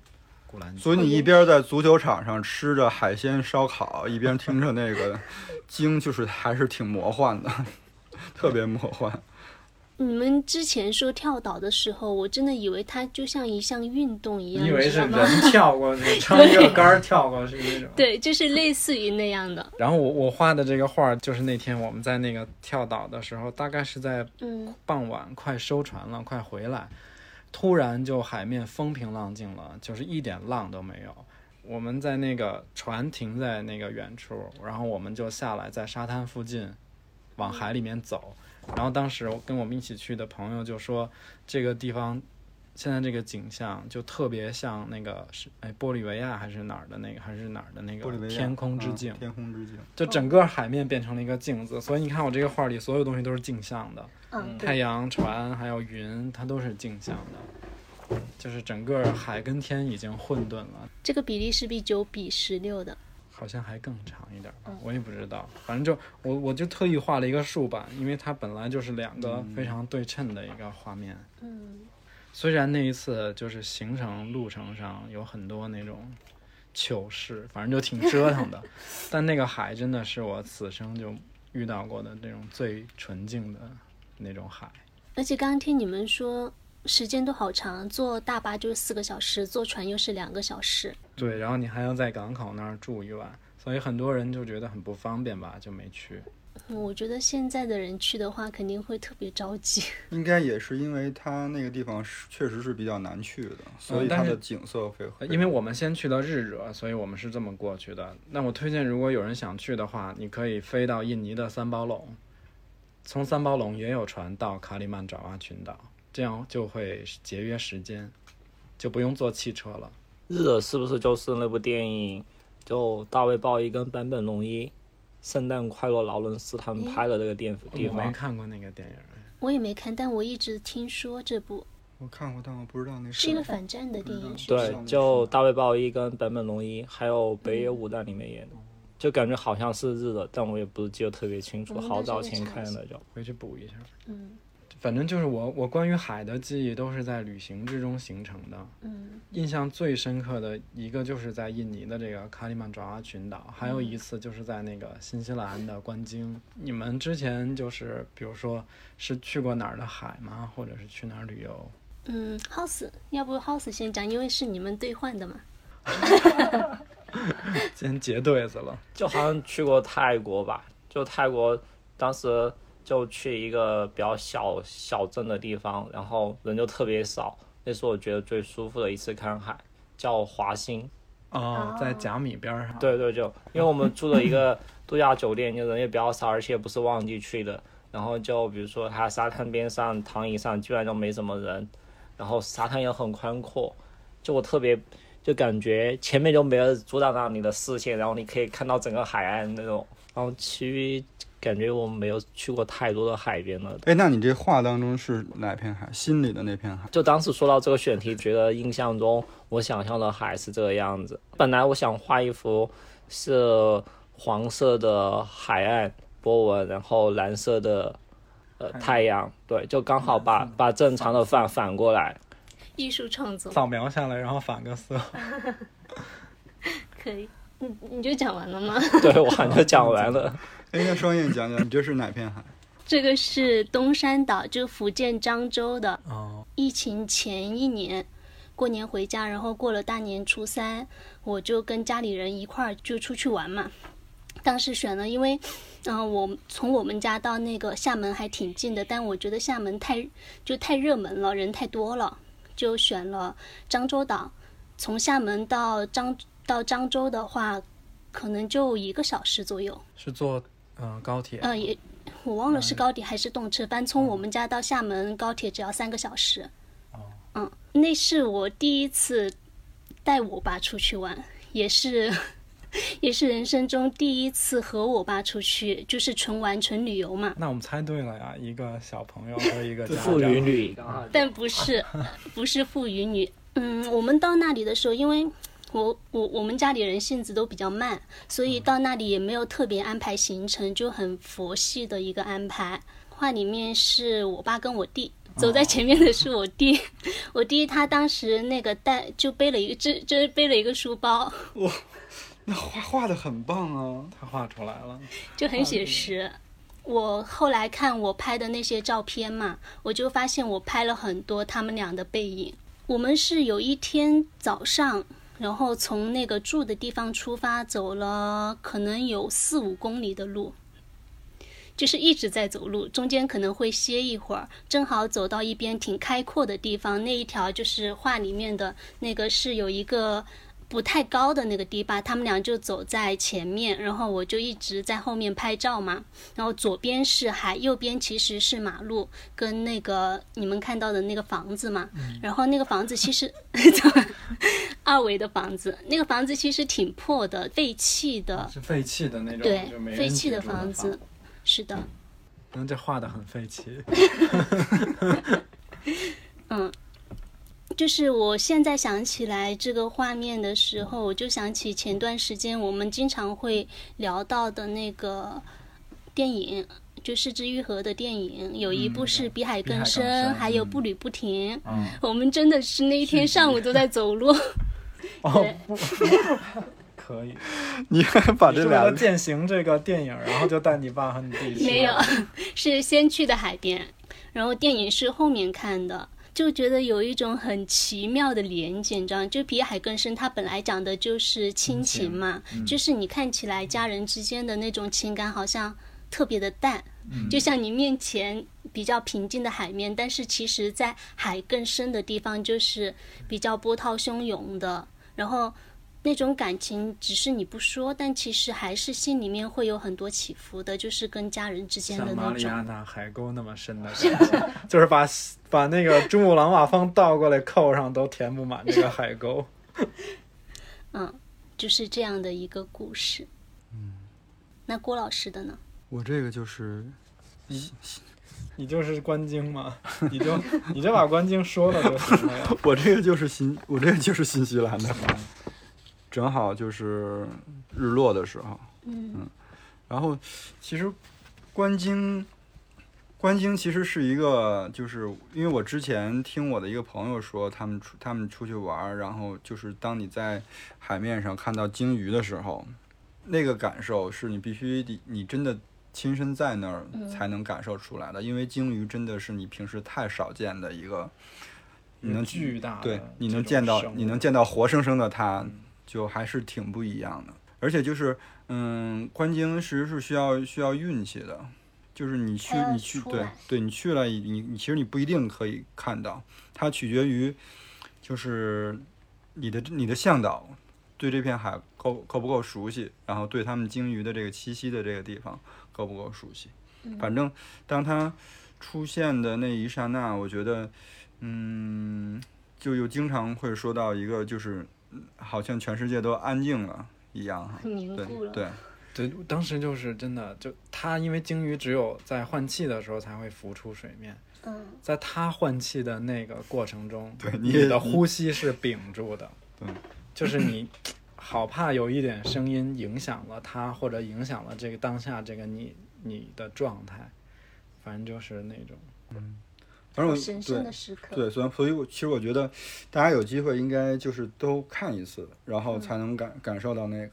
Speaker 1: 古兰经。
Speaker 3: 所以你一边在足球场上吃着海鲜烧烤，一边听着那个 *laughs* 经，就是还是挺魔幻的， *laughs* 特别魔幻。
Speaker 2: 你们之前说跳岛的时候，我真的以为它就像一项运动一样，
Speaker 1: 你以为
Speaker 2: 知
Speaker 1: 是
Speaker 2: 道吗？
Speaker 1: 人跳过去，撑一个杆儿跳过去那种。
Speaker 2: 对，就是类似于那样的，
Speaker 1: 然后我我画的这个画儿，就是那天我们在那个跳岛的时候，大概是在
Speaker 2: 嗯
Speaker 1: 傍晚快收船了，快回来，突然就海面风平浪静了，就是一点浪都没有。我们在那个船停在那个远处，然后我们就下来在沙滩附近，往海里面走。然后当时我跟我们一起去的朋友就说，这个地方现在这个景象就特别像那个是哎玻利维亚还是哪儿的那个还是哪儿的那
Speaker 3: 玻
Speaker 1: 个
Speaker 3: 利维亚
Speaker 1: 天空之
Speaker 3: 嗯
Speaker 1: 镜，
Speaker 3: 天空之镜。
Speaker 1: 就整个海面变成了一个镜子。所以你看我这个画里所有东西都是镜像的，
Speaker 2: 嗯，
Speaker 1: 太
Speaker 2: 对，
Speaker 1: 阳、船还有云，它都是镜像的，就是整个海跟天已经混沌了，
Speaker 2: 这个比例是比九比十六的，
Speaker 1: 好像还更长一点
Speaker 2: 嗯
Speaker 1: 吧，我也不知道。反正就我我就特意画了一个竖版，因为它本来就是两个非常对称的一个画面。
Speaker 2: 嗯
Speaker 1: 虽然那一次就是行程路程上有很多那种糗事，反正就挺折腾
Speaker 2: *laughs*
Speaker 1: 的，但那个海真的是我此生就遇到过的那种最纯净的那种海。
Speaker 2: 而且刚刚听你们说时间都好长，坐大巴就是四个小时，坐船又是两个小时。
Speaker 1: 对，然后你还要在港口那儿住一晚，所以很多人就觉得很不方便吧，就没去。
Speaker 2: 嗯我觉得现在的人去的话，肯定会特别着急。 *laughs*
Speaker 3: 应该也是因为它那个地方是确实是比较难去的，所以
Speaker 1: 嗯但
Speaker 3: 它
Speaker 1: 是
Speaker 3: 的景色会
Speaker 1: 呃
Speaker 3: 会
Speaker 1: 因为我们先去了日惹，所以我们是这么过去的。那我推荐，如果有人想去的话，你可以飞到印尼的三宝垄，从三宝垄也有船到卡里曼爪哇群岛，这样就会节约时间，就不用坐汽车了。
Speaker 4: 日惹是不是就是那部电影，就大卫鲍伊跟坂本龙一，《圣诞快乐，劳伦斯》他们拍的那个
Speaker 2: 哦
Speaker 4: 电地
Speaker 1: 我没
Speaker 4: 方？
Speaker 1: 看过那个电影，
Speaker 2: 我也没看，但我一直听说这部
Speaker 3: 我看过，但我不知道那
Speaker 2: 是一个反战的电嗯影，是不是
Speaker 4: 对，就大卫鲍伊跟坂本龙一，还有北野
Speaker 2: 嗯
Speaker 4: 武在里面演的，就感觉好像是日惹，但我也不记得特别清楚，
Speaker 2: 我们
Speaker 4: 好早
Speaker 2: 当时也
Speaker 4: 前
Speaker 2: 查
Speaker 4: 看
Speaker 2: 了
Speaker 4: 的就。
Speaker 1: 回去补一下。
Speaker 2: 嗯
Speaker 1: 反正就是我，我关于海的记忆都是在旅行之中形成的。
Speaker 2: 嗯
Speaker 1: 印象最深刻的一个就是在印尼的这个卡里曼爪哇群岛，还
Speaker 2: 嗯
Speaker 1: 有一次就是在那个新西兰的观鲸。你们之前就是比如说是去过哪儿的海吗？或者是去哪儿旅游？
Speaker 2: 嗯，House，要不 House 先讲，因为是你们兑换的嘛。
Speaker 1: 今天结对子了，
Speaker 4: 就好像去过泰国吧，就泰国当时就去一个比较小小镇的地方，然后人就特别少，那是我觉得最舒服的一次看海，叫华兴。
Speaker 1: 哦，在甲米边儿上，
Speaker 4: 对对，就因为我们住了一个度假酒店，就人也比较少，而且不是旺季去的。然后就比如说它沙滩边上、躺椅上，基本上就没什么人。然后沙滩也很宽阔，就我特别就感觉前面就没有阻挡到你的视线，然后你可以看到整个海岸那种。然后其余感觉我没有去过太多的海边了。
Speaker 3: 哎，那你这话当中是哪片海？心里的那片海？
Speaker 4: 就当时说到这个选题，觉得印象中我想象的海是这个样子。本来我想画一幅是黄色的海岸波纹，然后蓝色的呃太阳，对，就刚好把把正常的反反过来。
Speaker 2: 艺术创作
Speaker 5: 扫描下来，然后反个色。
Speaker 2: 可以。你你就讲完了吗？
Speaker 4: 对，我好像就讲完了。
Speaker 3: 哎，那双燕讲讲，你这是哪片海？
Speaker 2: 这个是东山岛，就福建漳州的。
Speaker 1: 哦，
Speaker 2: 疫情前一年过年回家，然后过了大年初三，我就跟家里人一块儿就出去玩嘛。当时选了，因为，嗯、我从我们家到那个厦门还挺近的，但我觉得厦门太就太热门了，人太多了，就选了漳州岛。从厦门到漳到漳州的话，可能就一个小时左右。
Speaker 1: 是坐嗯、呃高铁，
Speaker 2: 嗯，也我忘了是高铁还是动车，反正从我们家到厦门高铁只要三个小时。嗯，那是我第一次带我爸出去玩，也是 *laughs* 也是人生中第一次和我爸出去，就是纯玩纯旅游嘛。
Speaker 5: 那我们猜对了呀，一个小朋友和一个家
Speaker 4: 妇女
Speaker 5: 长。
Speaker 4: 旅，
Speaker 2: 但不是不是妇与女。嗯，我们到那里的时候，因为我我我们家里人性子都比较慢，所以到那里也没有特别安排行程，就很佛系的一个安排。画里面是我爸跟我弟，走在前面的是我弟， *laughs* 我弟他当时那个带就背了一个，这这背了一个书包，
Speaker 3: 那画画的很棒啊！
Speaker 5: 他画出来了，
Speaker 2: 就很写实。我后来看我拍的那些照片嘛，我就发现我拍了很多他们俩的背影。我们是有一天早上，然后从那个住的地方出发，走了可能有四五公里的路，就是一直在走路，中间可能会歇一会儿，正好走到一边挺开阔的地方，那一条就是画里面的那个是有一个不太高的那个堤坝，他们俩就走在前面，然后我就一直在后面拍照嘛。然后左边是海，右边其实是马路跟那个你们看到的那个房子嘛。
Speaker 5: 嗯
Speaker 2: *laughs* 然后那个房子其实 *laughs* 二维的房子，那个房子其实挺破的，废弃的，
Speaker 5: 是废弃的那种，
Speaker 2: 嗯对
Speaker 5: 就没，人
Speaker 2: 废
Speaker 5: 居
Speaker 2: 弃的
Speaker 5: 住的
Speaker 2: 房子。是的，
Speaker 1: 那这画的很费气。
Speaker 2: 就是我现在想起来这个画面的时候，我就想起前段时间我们经常会聊到的那个电影，就是《之愈合》的电影，有一部是《嗯比海
Speaker 5: 比海
Speaker 2: 更
Speaker 5: 更
Speaker 2: 深》，
Speaker 5: 深
Speaker 2: 还有《步履不停》
Speaker 5: 嗯
Speaker 2: 我们真的是那一天上午都在走路， *laughs*
Speaker 5: 哦，不可以。
Speaker 3: *laughs* 你还把
Speaker 5: 你
Speaker 3: 这
Speaker 5: 是为了
Speaker 3: 俩
Speaker 5: 践行这个电影，然后就带你爸和你弟去。
Speaker 2: *laughs* 没有，是先去的海边，然后电影是后面看的，就觉得有一种很奇妙的连接，你知道吗？就《比海更深》，它本来讲的就是亲情嘛，就是你看起来家人之间的那种情感好像特别的淡，就像你面前比较平静的海面，但是其实在海更深的地方就是比较波涛汹涌的，然后。那种感情，只是你不说，但其实还是心里面会有很多起伏的，就是跟家人之间的
Speaker 1: 像
Speaker 2: 那
Speaker 1: 马里
Speaker 2: 种。
Speaker 1: 亚纳海沟那么深的感情， *laughs* 就是把把那个珠穆朗玛峰倒过来扣上都填不满这个海
Speaker 2: *laughs*
Speaker 1: 沟。
Speaker 2: 嗯，就是这样的一个故事。嗯，那郭老师的呢？
Speaker 3: 我这个就是
Speaker 5: 你就是关晶嘛，你就你就把关晶说了就行
Speaker 3: *laughs*
Speaker 5: 了呀。
Speaker 3: 我这个就是新，我这个就是新西兰的， *laughs* 正好就是日落的时候。
Speaker 2: 嗯
Speaker 3: 然后其实关京，关京其实是一个，就是因为我之前听我的一个朋友说，他们出他们出去玩儿，然后就是当你在海面上看到鲸鱼的时候，那个感受是你必须得你真的。亲身在那儿才能感受出来的，因为鲸鱼真的是你平时太少见的一个，你能
Speaker 5: 巨大的
Speaker 3: 对，你
Speaker 5: 这
Speaker 3: 能
Speaker 5: 种
Speaker 3: 见到
Speaker 5: 生
Speaker 3: 你
Speaker 5: 物嗯
Speaker 3: 能见到活生生的它，就还是挺不一样的。而且就是，嗯，观鲸其实是需要需要运气的，就是你去
Speaker 2: 它要
Speaker 3: 你去
Speaker 2: 出
Speaker 3: 对
Speaker 2: 来
Speaker 3: 对，你去了你你其实你不一定可以看到，它取决于就是你的你的向导对这片海够够不够熟悉，然后对他们鲸鱼的这个栖息的这个地方够不够熟悉。
Speaker 2: 嗯
Speaker 3: 反正当它出现的那一刹那，我觉得，嗯，就又经常会说到一个就是嗯好像全世界都安静了一样哈。
Speaker 2: 凝
Speaker 3: 对
Speaker 2: 固了。
Speaker 3: 对，
Speaker 1: 对，当时就是真的，就它因为鲸鱼只有在换气的时候才会浮出水面，
Speaker 2: 嗯，
Speaker 1: 在它换气的那个过程中，
Speaker 3: 对你
Speaker 1: 你
Speaker 3: 也
Speaker 1: 的呼吸是屏住的，
Speaker 3: 对，
Speaker 1: 就是你好怕有一点声音影响了它，或者影响了这个当下这个你你的状态，反正就是那种
Speaker 3: 反正我
Speaker 2: 神
Speaker 3: 对
Speaker 2: 圣的时刻。
Speaker 3: 对，所以所以我其实我觉得，大家有机会应该就是都看一次，然后
Speaker 2: 嗯
Speaker 3: 才能感、感受到那个。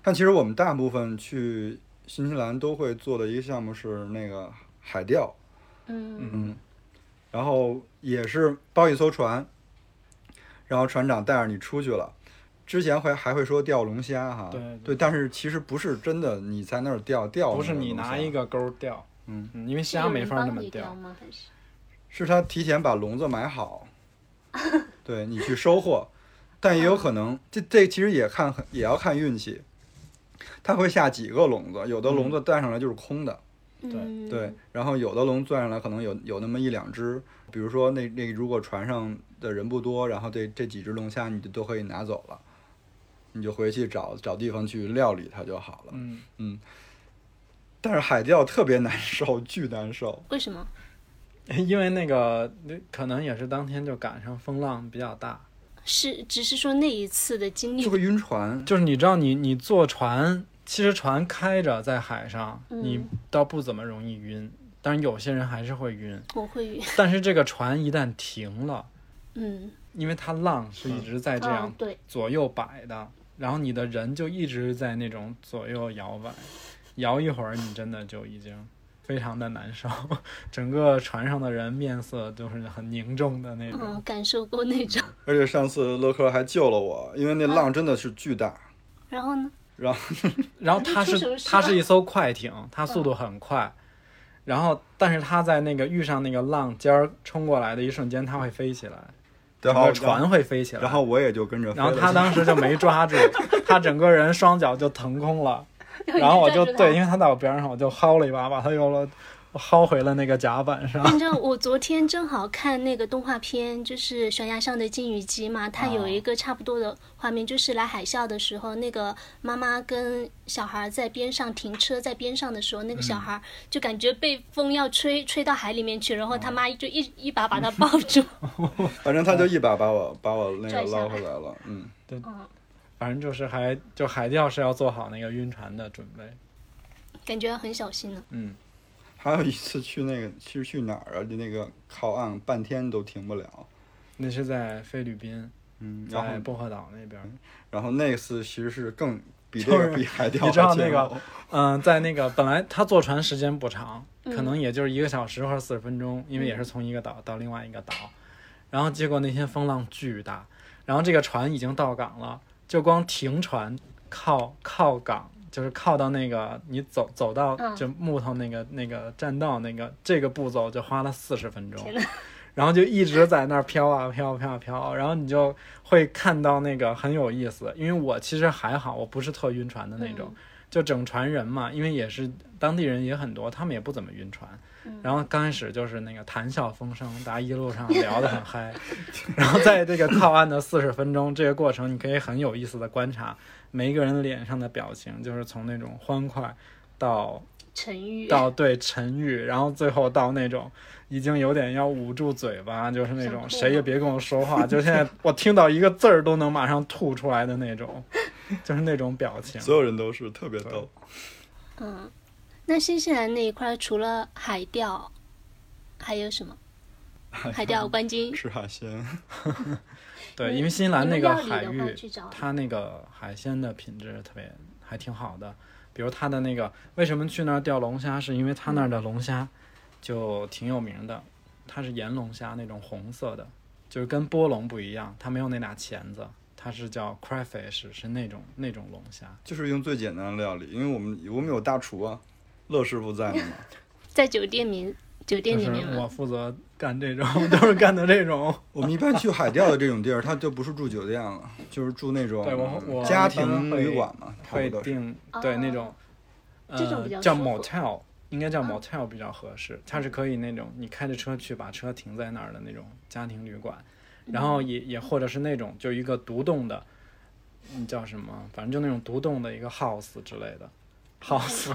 Speaker 3: 但其实我们大部分去新西兰都会做的一个项目是那个海钓，
Speaker 2: 嗯，
Speaker 3: 然后也是包一艘船，然后船长带着你出去了。之前会还会说钓龙虾哈，
Speaker 1: 对对
Speaker 3: 但是其实不是真的你在那儿钓钓，
Speaker 1: 不是你拿一个
Speaker 3: 个，
Speaker 1: 钩儿钓，
Speaker 3: 啊嗯，
Speaker 1: 因为虾
Speaker 2: 有
Speaker 1: 没
Speaker 2: 人
Speaker 1: 法那
Speaker 2: 帮
Speaker 1: 么
Speaker 2: 你
Speaker 1: 钓
Speaker 2: 钓。吗？还是
Speaker 3: 是他提前把笼子买好，对你去收获，但也有可能这这其实也看很也要看运气，他会下几个笼子，有的笼
Speaker 1: 嗯
Speaker 3: 子带上来就是空的，
Speaker 2: 嗯，
Speaker 3: 对，然后有的龙钻上来可能有有那么一两只，比如说那那如果船上的人不多，然后这这几只龙虾你就都可以拿走了，你就回去找找地方去料理它就好了。
Speaker 1: 嗯，
Speaker 3: 但是海钓特别难受，巨难受。
Speaker 2: 为什么？
Speaker 1: 因为那个可能也是当天就赶上风浪比较大，
Speaker 2: 是只是说那一次的经历
Speaker 3: 就，会晕船，
Speaker 1: 就是你知道你你坐船，其实船开着在海上，
Speaker 2: 嗯
Speaker 1: 你倒不怎么容易晕，但是有些人还是会晕。
Speaker 2: 我会
Speaker 1: 但是这个船一旦停了，
Speaker 2: 嗯，
Speaker 1: 因为它浪是一直在这
Speaker 2: 啊
Speaker 1: 样
Speaker 2: 对，
Speaker 1: 左右摆的，然后你的人就一直在那种左右摇摆，摇一会儿你真的就已经非常的难受， *laughs* 整个船上的人面色就是很凝重的那种。
Speaker 2: 嗯，感受过那种。
Speaker 3: 而且上次乐克还救了我，因为
Speaker 2: 啊
Speaker 3: 那浪真的是巨大。
Speaker 2: 然后呢？
Speaker 1: 然后它
Speaker 2: 出
Speaker 1: 是
Speaker 2: 什么事啊嗯
Speaker 1: 它
Speaker 2: 了
Speaker 1: 是一艘快艇，它速度很快，然后但是它在那个遇上那个浪尖儿冲过来的一瞬间，它会飞起来，整
Speaker 3: 然后
Speaker 1: 个船会飞起来。
Speaker 3: 然后我也就跟着飞
Speaker 1: 然后
Speaker 3: 了进去。
Speaker 1: 他当时就没抓
Speaker 3: *laughs*
Speaker 1: 住，他整个人双脚就腾空
Speaker 2: *laughs*
Speaker 1: 了，然后我就
Speaker 2: 你
Speaker 1: 对，因
Speaker 2: 拽住
Speaker 1: 为他在我边上，我就薅了一把，把他又了薅回了那个甲板上
Speaker 2: 它。。你知道我昨天正好看那个动画片，就是《悬崖上的金鱼姬》嘛，它有
Speaker 1: 哦
Speaker 2: 一个差不多的画面，就是来海啸的时候，那个妈妈跟小孩在边上停车，在边上的时候，那个
Speaker 1: 嗯
Speaker 2: 小孩就感觉被风要吹吹到海里面去，然后
Speaker 1: 哦
Speaker 2: 他妈就一一把把他抱
Speaker 1: *laughs*
Speaker 2: 住。
Speaker 3: 反正他
Speaker 1: 嗯
Speaker 3: 就一把把我把我那个
Speaker 2: 拽下来
Speaker 3: 捞回来了。嗯，
Speaker 1: 反正就是还就海钓是要做好那个晕船的准备。
Speaker 2: 感觉很小心呢。
Speaker 1: 嗯，
Speaker 3: 还有一次去那个去去哪儿啊？就那个靠岸半天都停不了。
Speaker 1: 那是在菲律宾，
Speaker 3: 嗯，然后
Speaker 1: 在薄荷岛那边。
Speaker 3: 然后那次其实是更比这
Speaker 1: 就
Speaker 3: 个
Speaker 1: 是
Speaker 3: 比海钓
Speaker 1: 你知道
Speaker 3: 还煎
Speaker 1: 那个
Speaker 3: 熬
Speaker 1: 嗯，在那个本来他坐船时间不长，
Speaker 2: 嗯
Speaker 1: 可能也就是一个小时或者四十分钟，因为也是从一个岛到另外一个岛，然后结果那天风浪巨大，然后这个船已经到港了，就光停船靠靠港，就是靠到那个你走走到
Speaker 2: 嗯
Speaker 1: 就木头那个、那个栈道那个这个步骤就花了四十分钟
Speaker 2: 天哪。
Speaker 1: 然后就一直在那儿飘啊飘啊飘啊飘，然后你就会看到那个很有意思，因为我其实还好，我不是特晕船的那种，就整船人嘛，因为也是当地人也很多，他们也不怎么晕船。然后刚开始就是那个谈笑风生，大家一路上聊得很嗨。然后在这个靠岸的四十分钟这个过程，你可以很有意思的观察每一个人脸上的表情，就是从那种欢快到
Speaker 2: 沉郁，
Speaker 1: 到对沉郁，然后最后到那种已经有点要捂住嘴巴，就是那
Speaker 2: 想
Speaker 1: 种
Speaker 2: 吐
Speaker 1: 谁也
Speaker 2: 了
Speaker 1: 别跟我说话，就现
Speaker 2: *laughs*
Speaker 1: 在我听到一个字儿都能马上吐出来的那种，就是那种表情。
Speaker 3: 所有人都是特别逗。
Speaker 2: 嗯，那新西兰那一块儿除了海钓，还
Speaker 1: *laughs*
Speaker 2: 有什么？海钓观鲸，
Speaker 3: 吃海鲜，
Speaker 1: 对，因为新西兰那
Speaker 2: 你
Speaker 1: 个
Speaker 2: 们
Speaker 1: 海
Speaker 2: 料理的话
Speaker 1: 域，
Speaker 2: 去找
Speaker 1: 它那个海鲜的品质特别还挺好的。比如它的那个，为什么去那儿钓龙虾，是因为它那儿的龙虾就挺有名的，它是盐龙虾那种红色的，就是跟波龙不一样，它没有那俩钳子，它是叫 crayfish，是那种那种龙虾。 *laughs*
Speaker 3: 就是用最简单的料理，因为我们我们有大厨啊，乐师傅在呢嘛。
Speaker 2: 在酒店里酒店
Speaker 1: 就
Speaker 2: 里
Speaker 1: 是
Speaker 2: 面吗？
Speaker 1: 我负责干这种， *laughs* 都是干的这种。
Speaker 3: 我们一般去海钓的这种地儿，它就不是住酒店了，就是住那
Speaker 1: 对我我
Speaker 3: 种家庭旅馆嘛，差
Speaker 1: 会
Speaker 3: 不多是。
Speaker 1: 定对那种，呃
Speaker 2: 哦这种比较
Speaker 1: 叫
Speaker 2: 舒服嗯
Speaker 1: motel，应该叫 motel 比较合适。它是可以那种你开着车去，把车停在那儿的那种家庭旅馆，然后
Speaker 2: 嗯
Speaker 1: 也也或者是那种就一个独栋的，嗯叫什么？反正就那种独栋的一个 house 之类的。house，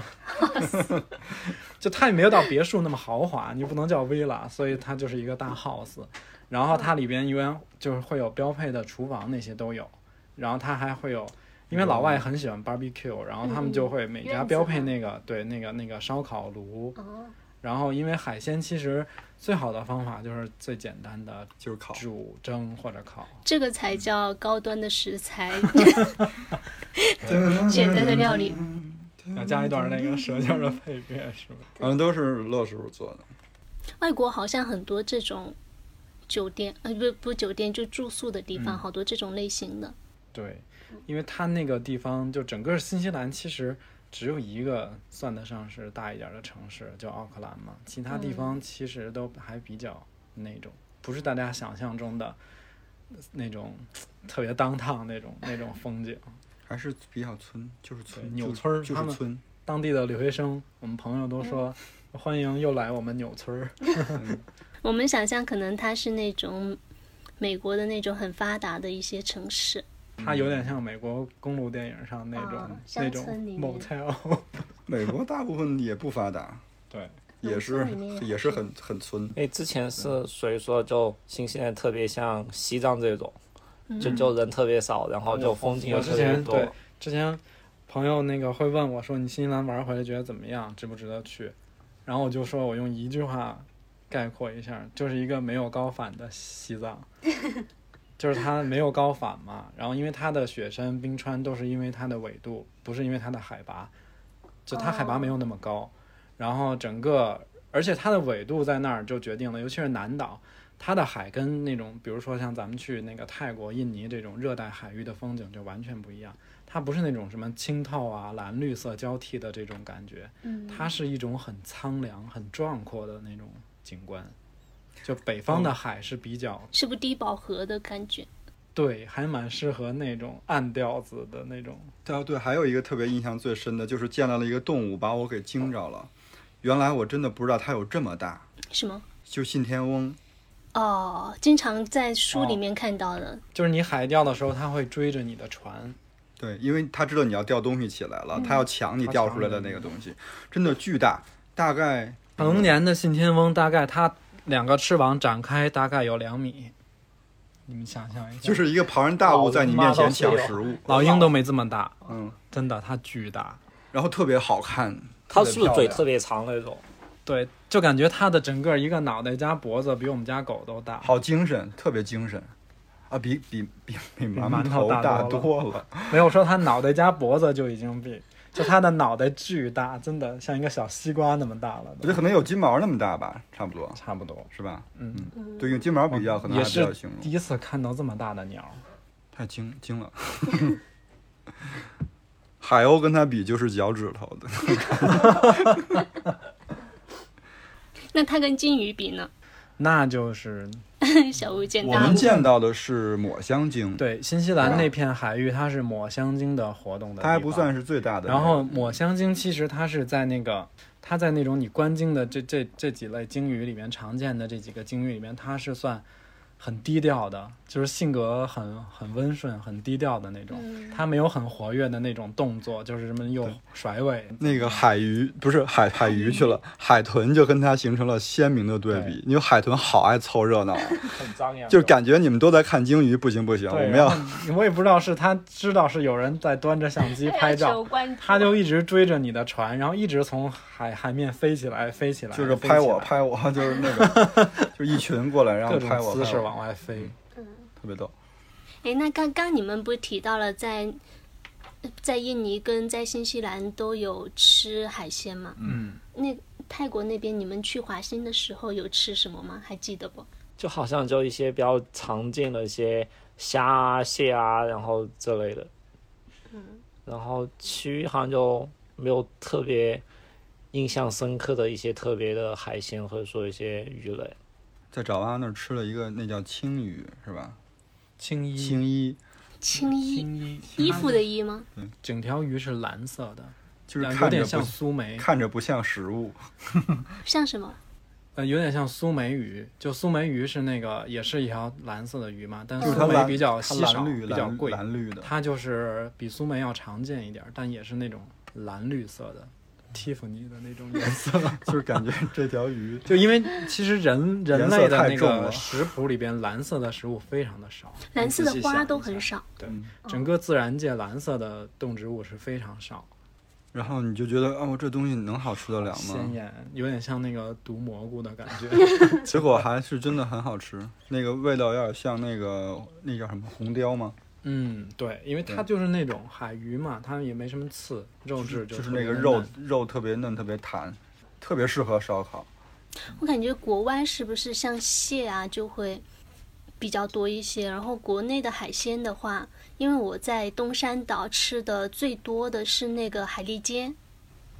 Speaker 1: 就 *laughs* 它也没有到别墅那么豪华，你不能叫 villa，所以它就是一个大 house。然后它里边一般就是会有标配的厨房那些都有，然后它还会有，因为老外很喜欢 barbecue，然后他们就会每
Speaker 2: 院
Speaker 1: 家
Speaker 2: 子
Speaker 1: 标
Speaker 2: 嘛
Speaker 1: 配那个对那个那个烧烤炉。
Speaker 2: 哦，
Speaker 1: 然后因为海鲜其实最好的方法就是最简单的
Speaker 3: 就是烤，
Speaker 1: 煮、蒸或者烤。
Speaker 2: 这个才叫高端的食材 *laughs*
Speaker 3: 嗯
Speaker 2: 选择的料理。
Speaker 1: 要加一段那个舌尖的配乐是吧？
Speaker 3: 反正都是乐师傅做的。
Speaker 2: 外国好像很多这种酒店，呃，不不酒店就住宿的地方，
Speaker 1: 嗯
Speaker 2: 好多这种类型的。
Speaker 1: 对，因为它那个地方就整个新西兰其实只有一个算得上是大一点的城市，叫奥克兰嘛，其他地方其实都还比较那种，不是大家想象中的那种特别当烫那种那种风景。
Speaker 3: 还是比较村，就是
Speaker 1: 对
Speaker 3: 村，
Speaker 1: 纽
Speaker 3: 就是
Speaker 1: 村儿
Speaker 3: 就
Speaker 1: 他
Speaker 3: 是
Speaker 1: 们
Speaker 3: 村。
Speaker 1: 当地的留学生，我们朋友都说。
Speaker 2: 嗯
Speaker 1: 欢迎又来我们纽村儿，
Speaker 2: 我们想象可能它是那种美国的那种很发达的一些城市，
Speaker 1: 它有点像美国公路电影上那种、
Speaker 2: 啊
Speaker 1: 那
Speaker 2: 乡
Speaker 1: 种
Speaker 2: 村里面 *laughs*
Speaker 1: motel，
Speaker 3: 美国大部分也不发达，
Speaker 1: 对，
Speaker 3: 也是
Speaker 2: 农村里面也
Speaker 3: 也是很很村。
Speaker 4: 因为哎之前是所以说就新西兰特别像西藏这种，就就人特别少，然后就风景
Speaker 1: 嗯我
Speaker 4: 又
Speaker 1: 之
Speaker 4: 特别
Speaker 1: 前
Speaker 4: 多
Speaker 1: 对。之前朋友那个会问我说：“你新西兰玩回来觉得怎么样？值不值得去？”然后我就说我用一句话概括一下，就是一个没有高反的西藏，就是它没有高反嘛。然后因为它的雪山冰川都是因为它的纬度，不是因为它的海拔，就它海拔没有那么高。然后整个，而且它的纬度在那儿就决定了，尤其是南岛。它的海跟那种，比如说像咱们去那个泰国、印尼这种热带海域的风景就完全不一样。它不是那种什么青透啊、蓝绿色交替的这种感觉，它是一种很苍凉、很壮阔的那种景观。就北方的海是比较、
Speaker 2: 是不低饱和的感觉。
Speaker 1: 对，还蛮适合那种暗调子的那种。
Speaker 3: 对啊，对，还有一个特别印象最深的就是见到了一个动物，把我给惊着了。原来我真的不知道它有这么大，
Speaker 2: 什么？
Speaker 3: 就信天翁。
Speaker 2: 哦，经常在书里面看到的，
Speaker 1: 就是你海钓的时候，它会追着你的船，嗯
Speaker 3: 对，因为他知道你要掉东西起来了，他要抢你
Speaker 1: 他
Speaker 3: 掉
Speaker 1: 嗯抢
Speaker 3: 出来的
Speaker 1: 你嗯
Speaker 3: 那个东西，真的巨大，大概
Speaker 1: 成年的信天翁大概它两个翅膀展开大概有两米，你们想象一下，
Speaker 3: 嗯就是一个庞然大
Speaker 4: 老
Speaker 3: 物在
Speaker 4: 子
Speaker 3: 你
Speaker 4: 妈
Speaker 3: 面
Speaker 4: 都
Speaker 3: 前
Speaker 4: 是
Speaker 3: 抢
Speaker 4: 有
Speaker 3: 食物，
Speaker 1: 老鹰都没这么大，
Speaker 3: 嗯，
Speaker 1: 真的它巨大，
Speaker 3: 然后特别好看，
Speaker 4: 它
Speaker 3: 特别
Speaker 4: 是不是
Speaker 3: 漂
Speaker 4: 嘴
Speaker 3: 亮
Speaker 4: 特别长那种？
Speaker 1: 对，就感觉它的整个一个脑袋加脖子比我们家狗都大，
Speaker 3: 好精神，特别精神，啊，比比比
Speaker 1: *laughs*
Speaker 3: 比
Speaker 1: 馒
Speaker 3: 馒
Speaker 1: 头
Speaker 3: 头
Speaker 1: 大
Speaker 3: 大
Speaker 1: 多
Speaker 3: 多了，
Speaker 1: 没有说它脑袋加脖子就已经比，就它的脑袋巨大，真的像一个小西瓜那么大了
Speaker 3: 我觉
Speaker 1: 都，
Speaker 3: 得可能有金毛那么大吧，差不多
Speaker 1: 差不多，
Speaker 3: 是吧？
Speaker 1: 嗯哦
Speaker 3: 嗯，对，用金毛比较可能
Speaker 1: 也
Speaker 3: 还比较
Speaker 1: 是
Speaker 3: 形
Speaker 1: 第
Speaker 3: 容，
Speaker 1: 一次看到这么大的鸟，
Speaker 3: 太惊惊了。海鸥跟它比就是脚趾头的，
Speaker 2: 那它跟金鱼比呢？
Speaker 1: 那
Speaker 3: 嗯
Speaker 1: 就是
Speaker 2: 小巫见
Speaker 3: 我
Speaker 2: 大
Speaker 3: 们
Speaker 2: 巫。
Speaker 3: 见到的是抹香鲸，
Speaker 1: 对新西兰那片海域，它是抹香鲸的活动的，
Speaker 3: 它还不算。是最大的那个。
Speaker 1: 然后抹香鲸其实它是在那个，它在那种你观鲸的这这这几类鲸鱼里面常见的这几个鲸鱼里面，它是算很低调的，就是性格很很温顺、很低调的那种。
Speaker 2: 嗯
Speaker 1: 它没有很活跃的那种动作，就是什么又甩尾。
Speaker 3: 那个海鱼不是海海鱼去了，海豚就跟它形成了鲜明的对比。因为海豚好爱凑热闹
Speaker 1: *laughs*
Speaker 3: 啊，
Speaker 4: 很张扬，
Speaker 3: 就感觉你们都在看鲸鱼，不行不行，我
Speaker 1: 对，
Speaker 3: 们要
Speaker 1: 然后我也不知道是它知道是有人在端着相机拍
Speaker 2: *laughs*
Speaker 1: 照，
Speaker 2: 关注
Speaker 1: 它就一直追着你的船，然后一直从海海面飞起来，飞起来，
Speaker 3: 就是
Speaker 1: 飞
Speaker 3: 拍
Speaker 1: 起
Speaker 3: 我
Speaker 1: 来
Speaker 3: 拍我， *laughs* 就是那个，
Speaker 1: *laughs*
Speaker 3: 就一群过来然后
Speaker 1: 各种
Speaker 3: 拍我，
Speaker 1: 姿势
Speaker 3: 拍我
Speaker 1: 往外
Speaker 2: 嗯
Speaker 1: 飞。
Speaker 3: 特别逗。
Speaker 2: 哎，那刚刚你们不提到了在在印尼跟在新西兰都有吃海鲜吗？
Speaker 1: 嗯，
Speaker 2: 那泰国那边你们去华欣的时候有吃什么吗？还记得不？
Speaker 4: 就好像就一些比较常见的一些虾啊、蟹啊，然后这类的。嗯。然后其余好像就没有特别印象深刻的一些特别的海鲜，或者说一些鱼类。
Speaker 3: 在爪哇那儿吃了一个那叫青鱼是吧？
Speaker 1: 青衣，
Speaker 3: 青衣
Speaker 2: 青衣
Speaker 1: 青衣，
Speaker 2: 衣服的衣吗？
Speaker 1: 整条鱼是蓝色的，呃
Speaker 3: 就是
Speaker 1: 有
Speaker 3: 看着
Speaker 1: 点
Speaker 3: 不
Speaker 1: 像苏梅，
Speaker 3: 看着不像食物，
Speaker 2: 像什么？
Speaker 1: 呃，有点像苏梅鱼。就苏梅鱼是那个，也是一条蓝色的鱼嘛，但
Speaker 3: 就是
Speaker 1: 苏
Speaker 3: 它
Speaker 1: 梅嗯
Speaker 3: 蓝
Speaker 1: 比较
Speaker 3: 它
Speaker 1: 稀少，
Speaker 3: 蓝绿
Speaker 1: 比较
Speaker 3: 蓝
Speaker 1: 贵。
Speaker 3: 蓝绿的，
Speaker 1: 它就是比苏梅要常见一点儿，但也是那种蓝绿色的。蒂芙尼的那种颜
Speaker 3: *laughs*
Speaker 1: 色，
Speaker 3: 就是感觉这条鱼
Speaker 1: 就因为其实人人
Speaker 3: 颜色
Speaker 1: 类的
Speaker 3: 太
Speaker 1: 那
Speaker 3: 重
Speaker 1: 个
Speaker 3: 了
Speaker 1: 食谱里边蓝色的食物非常的少，
Speaker 2: 蓝色
Speaker 1: 你
Speaker 2: 的
Speaker 1: 仔细
Speaker 2: 花
Speaker 1: 想
Speaker 2: 都
Speaker 1: 一
Speaker 2: 很
Speaker 1: 下。
Speaker 2: 少。
Speaker 1: 对，整个自然界蓝色的动植物是非常少，
Speaker 3: 然后你就觉得，哦，这东西能好吃得了
Speaker 1: 鲜
Speaker 3: 吗？
Speaker 1: 艳，有点像那个毒蘑菇的感
Speaker 2: *laughs*
Speaker 1: 觉。
Speaker 3: 结果还是真的很好吃，那个味道有点像那个那叫什么红雕吗？
Speaker 1: 嗯，对，因为它就是那种海鱼嘛，它也没什么刺，肉质
Speaker 3: 就是
Speaker 1: 特
Speaker 3: 那
Speaker 1: 别
Speaker 3: 个
Speaker 1: 的
Speaker 3: 肉
Speaker 1: 嫩
Speaker 3: 肉特别嫩，特别弹，特别适合烧烤。
Speaker 2: 我感觉国外是不是像蟹啊就会比较多一些，然后国内的海鲜的话，因为我在东山岛吃的最多的是那个海蛎煎，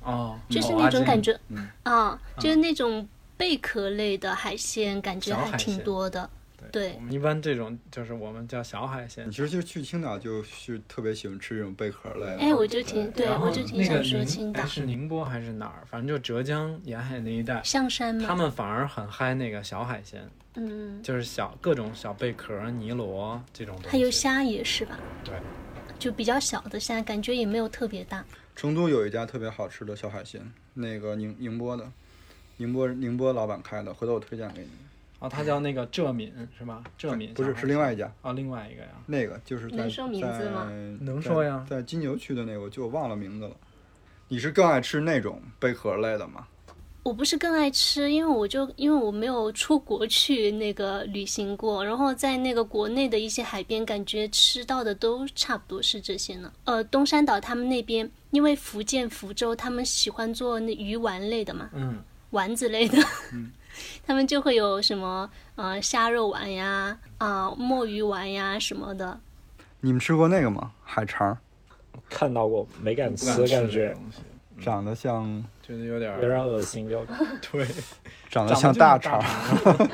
Speaker 1: 哦，
Speaker 2: 就是
Speaker 1: 某
Speaker 2: 那
Speaker 1: 阿
Speaker 2: 种
Speaker 1: 金
Speaker 2: 感觉，
Speaker 3: 嗯
Speaker 2: 啊，就是那种贝壳类的海鲜，感觉
Speaker 1: 小
Speaker 2: 还
Speaker 1: 海
Speaker 2: 挺
Speaker 1: 鲜
Speaker 2: 多的。对
Speaker 1: 我们一般这种就是我们叫小海鲜
Speaker 3: 你，其实就去青岛就是特别喜欢吃这种贝壳类的。
Speaker 2: 哎，我就挺对，
Speaker 1: 然后
Speaker 2: 我就挺
Speaker 1: 那个
Speaker 2: 想说
Speaker 1: 宁
Speaker 2: 青
Speaker 1: 哎
Speaker 2: 岛
Speaker 1: 是宁波还是哪儿，反正就浙江沿海那一带，
Speaker 2: 象山
Speaker 1: 他
Speaker 2: 嘛，
Speaker 1: 们反而很嗨那个小海鲜，
Speaker 2: 嗯，
Speaker 1: 就是小各种小贝壳、泥螺这种东西。
Speaker 2: 还有虾也是吧？
Speaker 1: 对，
Speaker 2: 就比较小的虾，感觉也没有特别大。
Speaker 3: 成都有一家特别好吃的小海鲜，那个宁宁波的，宁波宁波老板开的，回头我推荐给你。
Speaker 1: 哦，它叫那个浙闽是吧？浙闽
Speaker 3: 不
Speaker 1: 小
Speaker 3: 是
Speaker 1: 海
Speaker 3: 是另外
Speaker 1: 鲜
Speaker 3: 一家，
Speaker 1: 哦，另外一个呀。
Speaker 3: 那个就是在
Speaker 2: 能说名字吗
Speaker 3: 在
Speaker 1: 能
Speaker 3: 在
Speaker 1: 说呀
Speaker 3: 在金牛区的那个，我就忘了名字了。你是更爱吃那种贝壳类的吗？
Speaker 2: 我不是更爱吃，因为我就因为我没有出国去那个旅行过，然后在那个国内的一些海边，感觉吃到的都差不多是这些呢。呃，东山岛他们那边，因为福建福州他们喜欢做那鱼丸类的嘛，
Speaker 1: 嗯，
Speaker 2: 丸子类的，
Speaker 3: 嗯
Speaker 2: 他们就会有什么呃虾肉丸呀，啊、墨鱼丸呀什么的。
Speaker 3: 你们吃过那个吗？海肠，
Speaker 4: 看到过没敢
Speaker 1: 不
Speaker 4: 吃
Speaker 1: 敢，
Speaker 4: 感
Speaker 1: 吃这
Speaker 4: 觉
Speaker 1: 东西，
Speaker 3: 长得像
Speaker 1: 觉得有点
Speaker 4: 有点恶心，就
Speaker 1: 对，长
Speaker 3: 长得像
Speaker 1: 大
Speaker 3: 肠。
Speaker 4: *laughs*
Speaker 1: 肠，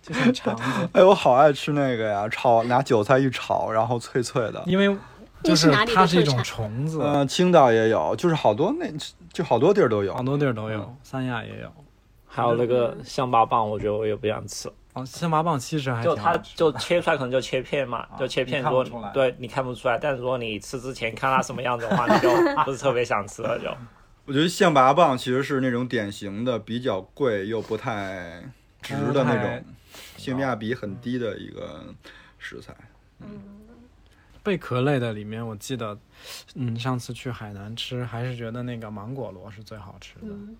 Speaker 1: 就像肠子。
Speaker 3: 哎，我好爱吃那个呀，炒拿韭菜一炒，然后脆脆的。
Speaker 1: 因为就
Speaker 2: 那是
Speaker 1: 是
Speaker 2: 哪里的
Speaker 1: 它是一
Speaker 2: 特
Speaker 1: 种
Speaker 2: 产
Speaker 1: 虫子，
Speaker 3: 嗯、青岛也有，就是好多那就好多地儿都有
Speaker 1: 好。多地儿都有
Speaker 3: 嗯，
Speaker 1: 三亚也有。
Speaker 4: 还有那个象拔蚌，我觉得我也不想吃。
Speaker 1: 哦，象拔蚌其实还
Speaker 4: 就
Speaker 1: 挺好
Speaker 4: 它
Speaker 1: 吃啊
Speaker 4: 就切出来可能就切片嘛，就切片
Speaker 1: 你看
Speaker 4: 多
Speaker 1: 不出来，
Speaker 4: 对你看不出来。但如果你吃之前看它什么样子的话，你就不是特别想吃
Speaker 1: *laughs*
Speaker 4: 了。就
Speaker 3: 我觉得象拔蚌其实是那种典型的比较贵又不太值的
Speaker 1: 不
Speaker 3: 那
Speaker 1: 太
Speaker 3: 种，性价比很低的一个食材。
Speaker 1: 贝壳类的里面，我记得，嗯，上次去海南吃，还是觉得那个芒果螺是最好吃的。
Speaker 2: 嗯，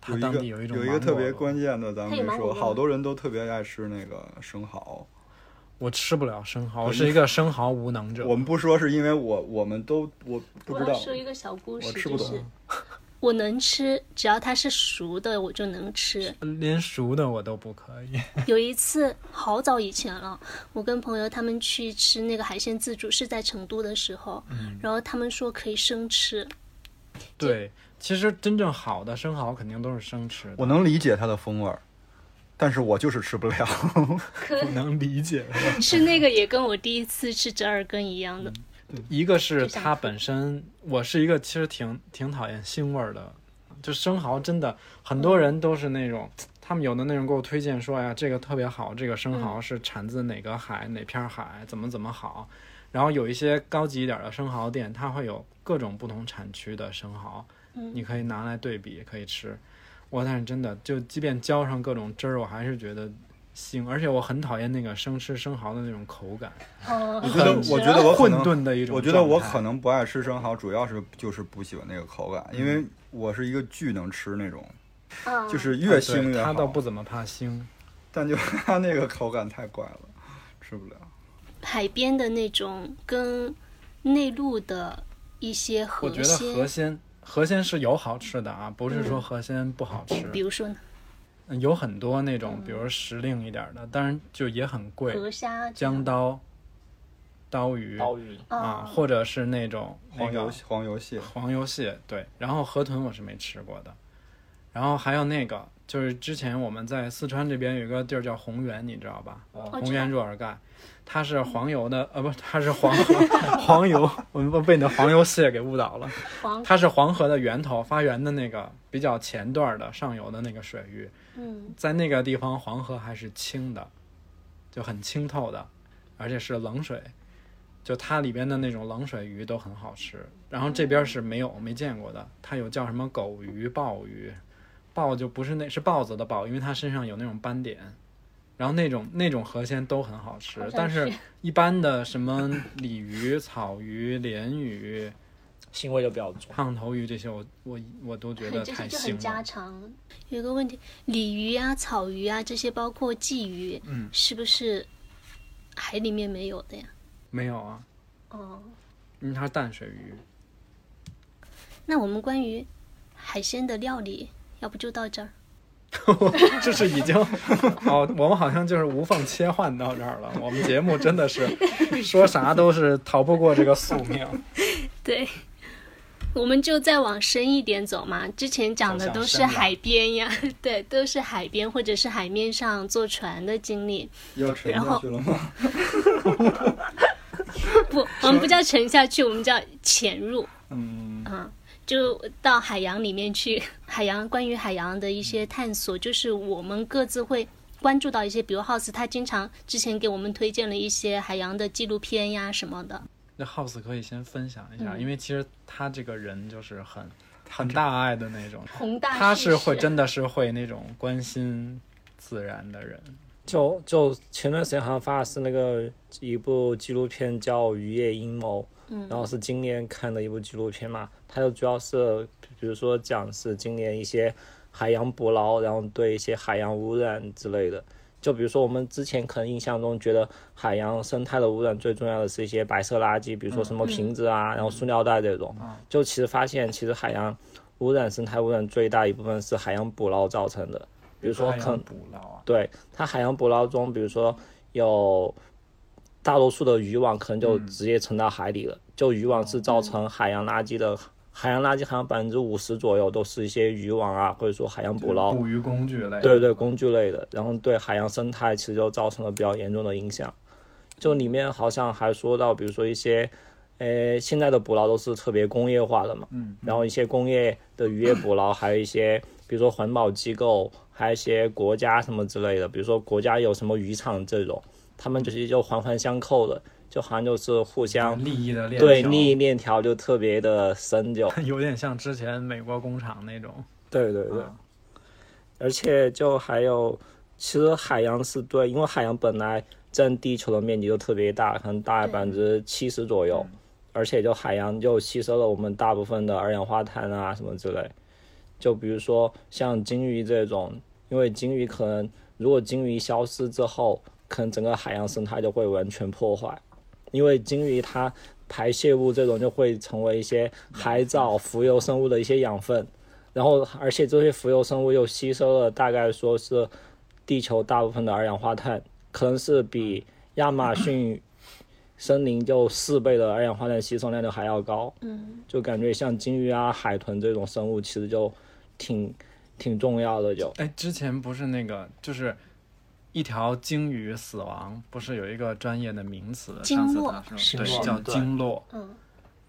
Speaker 1: 它
Speaker 3: 有一
Speaker 1: 当
Speaker 3: 个
Speaker 1: 地一种
Speaker 3: 一
Speaker 1: 芒
Speaker 3: 个特
Speaker 1: 果
Speaker 3: 别
Speaker 1: 螺
Speaker 3: 关键的，咱
Speaker 2: 它
Speaker 3: 们
Speaker 2: 有
Speaker 3: 没
Speaker 2: 芒果
Speaker 3: 说，
Speaker 2: 吗
Speaker 3: 好多人都特别爱吃那个生蚝。
Speaker 1: 我吃不了生蚝，
Speaker 3: 可
Speaker 1: 我
Speaker 3: 以
Speaker 1: 是一个生蚝无能者。
Speaker 3: 我们不说是因为我我们都我不
Speaker 2: 我
Speaker 3: 知
Speaker 2: 要
Speaker 3: 道，
Speaker 2: 说一个小故事，
Speaker 3: 我吃
Speaker 2: 就
Speaker 3: 不 *laughs*
Speaker 2: 是
Speaker 3: 懂
Speaker 2: 我能吃，只要它是熟的，我就能吃。
Speaker 1: 连熟的我都不可以。
Speaker 2: 有一次好早以前了，我跟朋友他们去吃那个海鲜自助，是在成都的时候，
Speaker 1: 嗯
Speaker 2: 然后他们说可以生吃，
Speaker 1: 对，其实真正好的生蚝肯定都是生吃的，
Speaker 3: 我能理解它的风味儿，但是我就是吃不
Speaker 2: *laughs*
Speaker 3: 了。
Speaker 1: 我能理解。
Speaker 2: 吃那个也跟我第一次吃折耳根一样的。
Speaker 1: 一个是
Speaker 2: 就想
Speaker 1: 它
Speaker 2: 吐
Speaker 1: 本身，我是一个其实挺挺讨厌腥味儿的，就生蚝真的很多人都是那种，他们有的那种给我推荐说哎呀，这个特别好，这个生蚝是产自哪个海、哪片海，怎么怎么好。然后有一些高级一点的生蚝店，它会有各种不同产区的生蚝，你可以拿来对比，可以吃。我但是真的就即便浇上各种汁儿，我还是觉得腥，而且我很讨厌那个生吃生蚝的那种口感，哦
Speaker 3: 我觉得，我觉得我可
Speaker 1: 混
Speaker 3: 能
Speaker 1: 沌的一种
Speaker 3: 我
Speaker 1: 状态。
Speaker 3: 觉得我可能不爱吃生蚝，主要是就是不喜欢那个口感，因
Speaker 1: 嗯
Speaker 3: 为我是一个巨能吃哦那种，
Speaker 2: 啊
Speaker 3: 就是
Speaker 1: 对
Speaker 3: 越腥越
Speaker 1: 他
Speaker 3: 好。
Speaker 1: 倒不怎么怕腥。
Speaker 3: 但就 *laughs* 它那个口感太怪了，吃不了。
Speaker 2: 海边的那种跟内陆的一些
Speaker 1: 我
Speaker 2: 河
Speaker 1: 觉得河
Speaker 2: 鲜，
Speaker 1: 鲜，河鲜是有好吃的啊，不是说河鲜不好吃。
Speaker 2: 比如说呢
Speaker 1: 嗯有很多那种，比如时令一点的，当然就也很贵，
Speaker 2: 河虾这
Speaker 1: 江
Speaker 2: 样
Speaker 1: 刀、刀鱼
Speaker 4: 鲍鱼
Speaker 2: 哦
Speaker 1: 啊，或者是那种那
Speaker 3: 黄油
Speaker 1: 个
Speaker 3: 黄油蟹，
Speaker 1: 黄油蟹，对。然后河豚我是没吃过的，然后还有那个就是之前我们在四川这边有一个地儿叫红源，你知道吧？
Speaker 2: 我
Speaker 1: 红
Speaker 2: 哦知
Speaker 1: 源
Speaker 2: 道
Speaker 1: 若尔盖，它是黄油的，呃，不，它是
Speaker 2: *laughs*
Speaker 1: 黄黄油，我们被你的黄油蟹给误导了。
Speaker 2: 黄，
Speaker 1: 它是黄河的源头发源的那个比较前段儿的上游的那个水域，
Speaker 2: 嗯，
Speaker 1: 在那个地方黄河还是清的，就很清透的，而且是冷水，就它里边的那种冷水鱼都很好吃。然后这边是没有没见过的，它有叫什么狗鱼、鲍鱼，鲍就不是那是豹子的豹，因为它身上有那种斑点。然后那种那种河鲜都很好吃
Speaker 2: 好，像
Speaker 1: 但是
Speaker 2: 是
Speaker 1: *laughs* 一般的什么鲤鱼、 *laughs* 草鱼、鲢鱼、
Speaker 4: 腥味就比较重。
Speaker 1: 胖头鱼这些我，我我都觉
Speaker 2: 很
Speaker 1: 得
Speaker 2: 哎就是
Speaker 1: 太
Speaker 2: 就
Speaker 1: 腥
Speaker 2: 很家
Speaker 1: 了。
Speaker 2: 常。有一个问题，鲤鱼啊、草鱼啊这些，包括鲫鱼，
Speaker 1: 嗯，
Speaker 2: 是不是海里面没有的呀？
Speaker 1: 没有啊，
Speaker 2: 哦，
Speaker 1: 因为它是淡水鱼。
Speaker 2: 那我们关于海鲜的料理，要不就到这儿。
Speaker 1: 这是已经 *laughs* 哦，我们好像就是无缝切换到这儿了。我们节目真的
Speaker 2: *laughs*
Speaker 1: 是说啥都是逃不过这个宿命。
Speaker 2: 对，我们就再往深一点走嘛。之前讲的
Speaker 1: 走向
Speaker 2: 都是
Speaker 1: 深了
Speaker 2: 海边呀， *laughs* 对，都是海边或者是海面上坐船的经历。
Speaker 3: 又沉
Speaker 2: 然后
Speaker 3: 下去了吗？
Speaker 2: 不，我们不叫沉下去，我们叫潜入，
Speaker 5: 嗯，
Speaker 2: 嗯，就到海洋里面去。 *laughs* 海洋关于海洋的一些探索，就是我们各自会。关注到一些，比如 House，他经常之前给我们推荐了一些海洋的纪录片呀什么的。
Speaker 1: 那 House 可以先分享一下，
Speaker 2: 嗯
Speaker 1: 因为其实他这个人就是很很大爱的那种，
Speaker 2: 宏大
Speaker 1: 他是
Speaker 2: 叙
Speaker 1: 会
Speaker 2: 事
Speaker 1: 真的是会那种关心自然的人。
Speaker 4: 就就前段时间好像发的是那个一部纪录片叫《渔业阴谋》，
Speaker 2: 嗯
Speaker 4: 然后是今年看的一部纪录片嘛，它就主要是比如说讲是今年一些海洋捕捞，然后对一些海洋污染之类的。就比如说我们之前可能印象中觉得海洋生态的污染最重要的是一些白色垃圾，比如说什么瓶子啊，然后塑料袋这种。就其实发现，其实海洋污染、生态污染最大一部分是海洋捕捞造成的。比如说
Speaker 1: 海
Speaker 4: 可能
Speaker 1: 洋捕捞啊，
Speaker 4: 对，它海洋捕捞中，比如说有大多数的渔网可能就直接沉到海里了，就渔网是造成海洋垃圾的，海洋垃圾好像百分之五十左右都是一些渔网啊，或者说海洋捕捞，
Speaker 1: 捕鱼工具类。
Speaker 4: 对对，工具类的，然后对海洋生态其实就造成了比较严重的影响。就里面好像还说到，比如说一些，呃，现在的捕捞都是特别工业化的嘛，
Speaker 1: 嗯，
Speaker 4: 然后一些工业的渔业捕捞，还有一些比如说环保机构，还有一些国家什么之类的，比如说国家有什么渔场这种，他们就是就环环相扣的，就好像就是互相
Speaker 1: 利益的嗯链
Speaker 4: 对
Speaker 1: 条
Speaker 4: 利益链条就特别的深就。
Speaker 1: *laughs* 有点像之前美国工厂那种。
Speaker 4: 对对对，
Speaker 1: 啊
Speaker 4: 而且就还有，其实海洋是对，因为海洋本来占地球的面积就特别大，可能大概百分之七十左右，而且就海洋就吸收了我们大部分的二氧化碳啊什么之类。就比如说像鲸鱼这种，因为鲸鱼可能如果鲸鱼消失之后，可能整个海洋生态就会完全破坏，因为鲸鱼它排泄物这种就会成为一些海藻浮游生物的一些养分，然后而且这些浮游生物又吸收了大概说是地球大部分的二氧化碳，可能是比亚马逊森林就四倍的二氧化碳吸收量就还要高。
Speaker 2: 嗯，
Speaker 4: 就感觉像鲸鱼啊、海豚这种生物，其实就挺挺重要的就。
Speaker 1: 哎，之前不是那个，就是一条鲸鱼死亡，不是有一个专业的名词？
Speaker 2: 鲸
Speaker 1: 上次
Speaker 2: 落
Speaker 1: 他说
Speaker 2: 是
Speaker 1: 对
Speaker 2: 不，是
Speaker 1: 叫
Speaker 4: 对
Speaker 1: 鲸落。
Speaker 2: 嗯。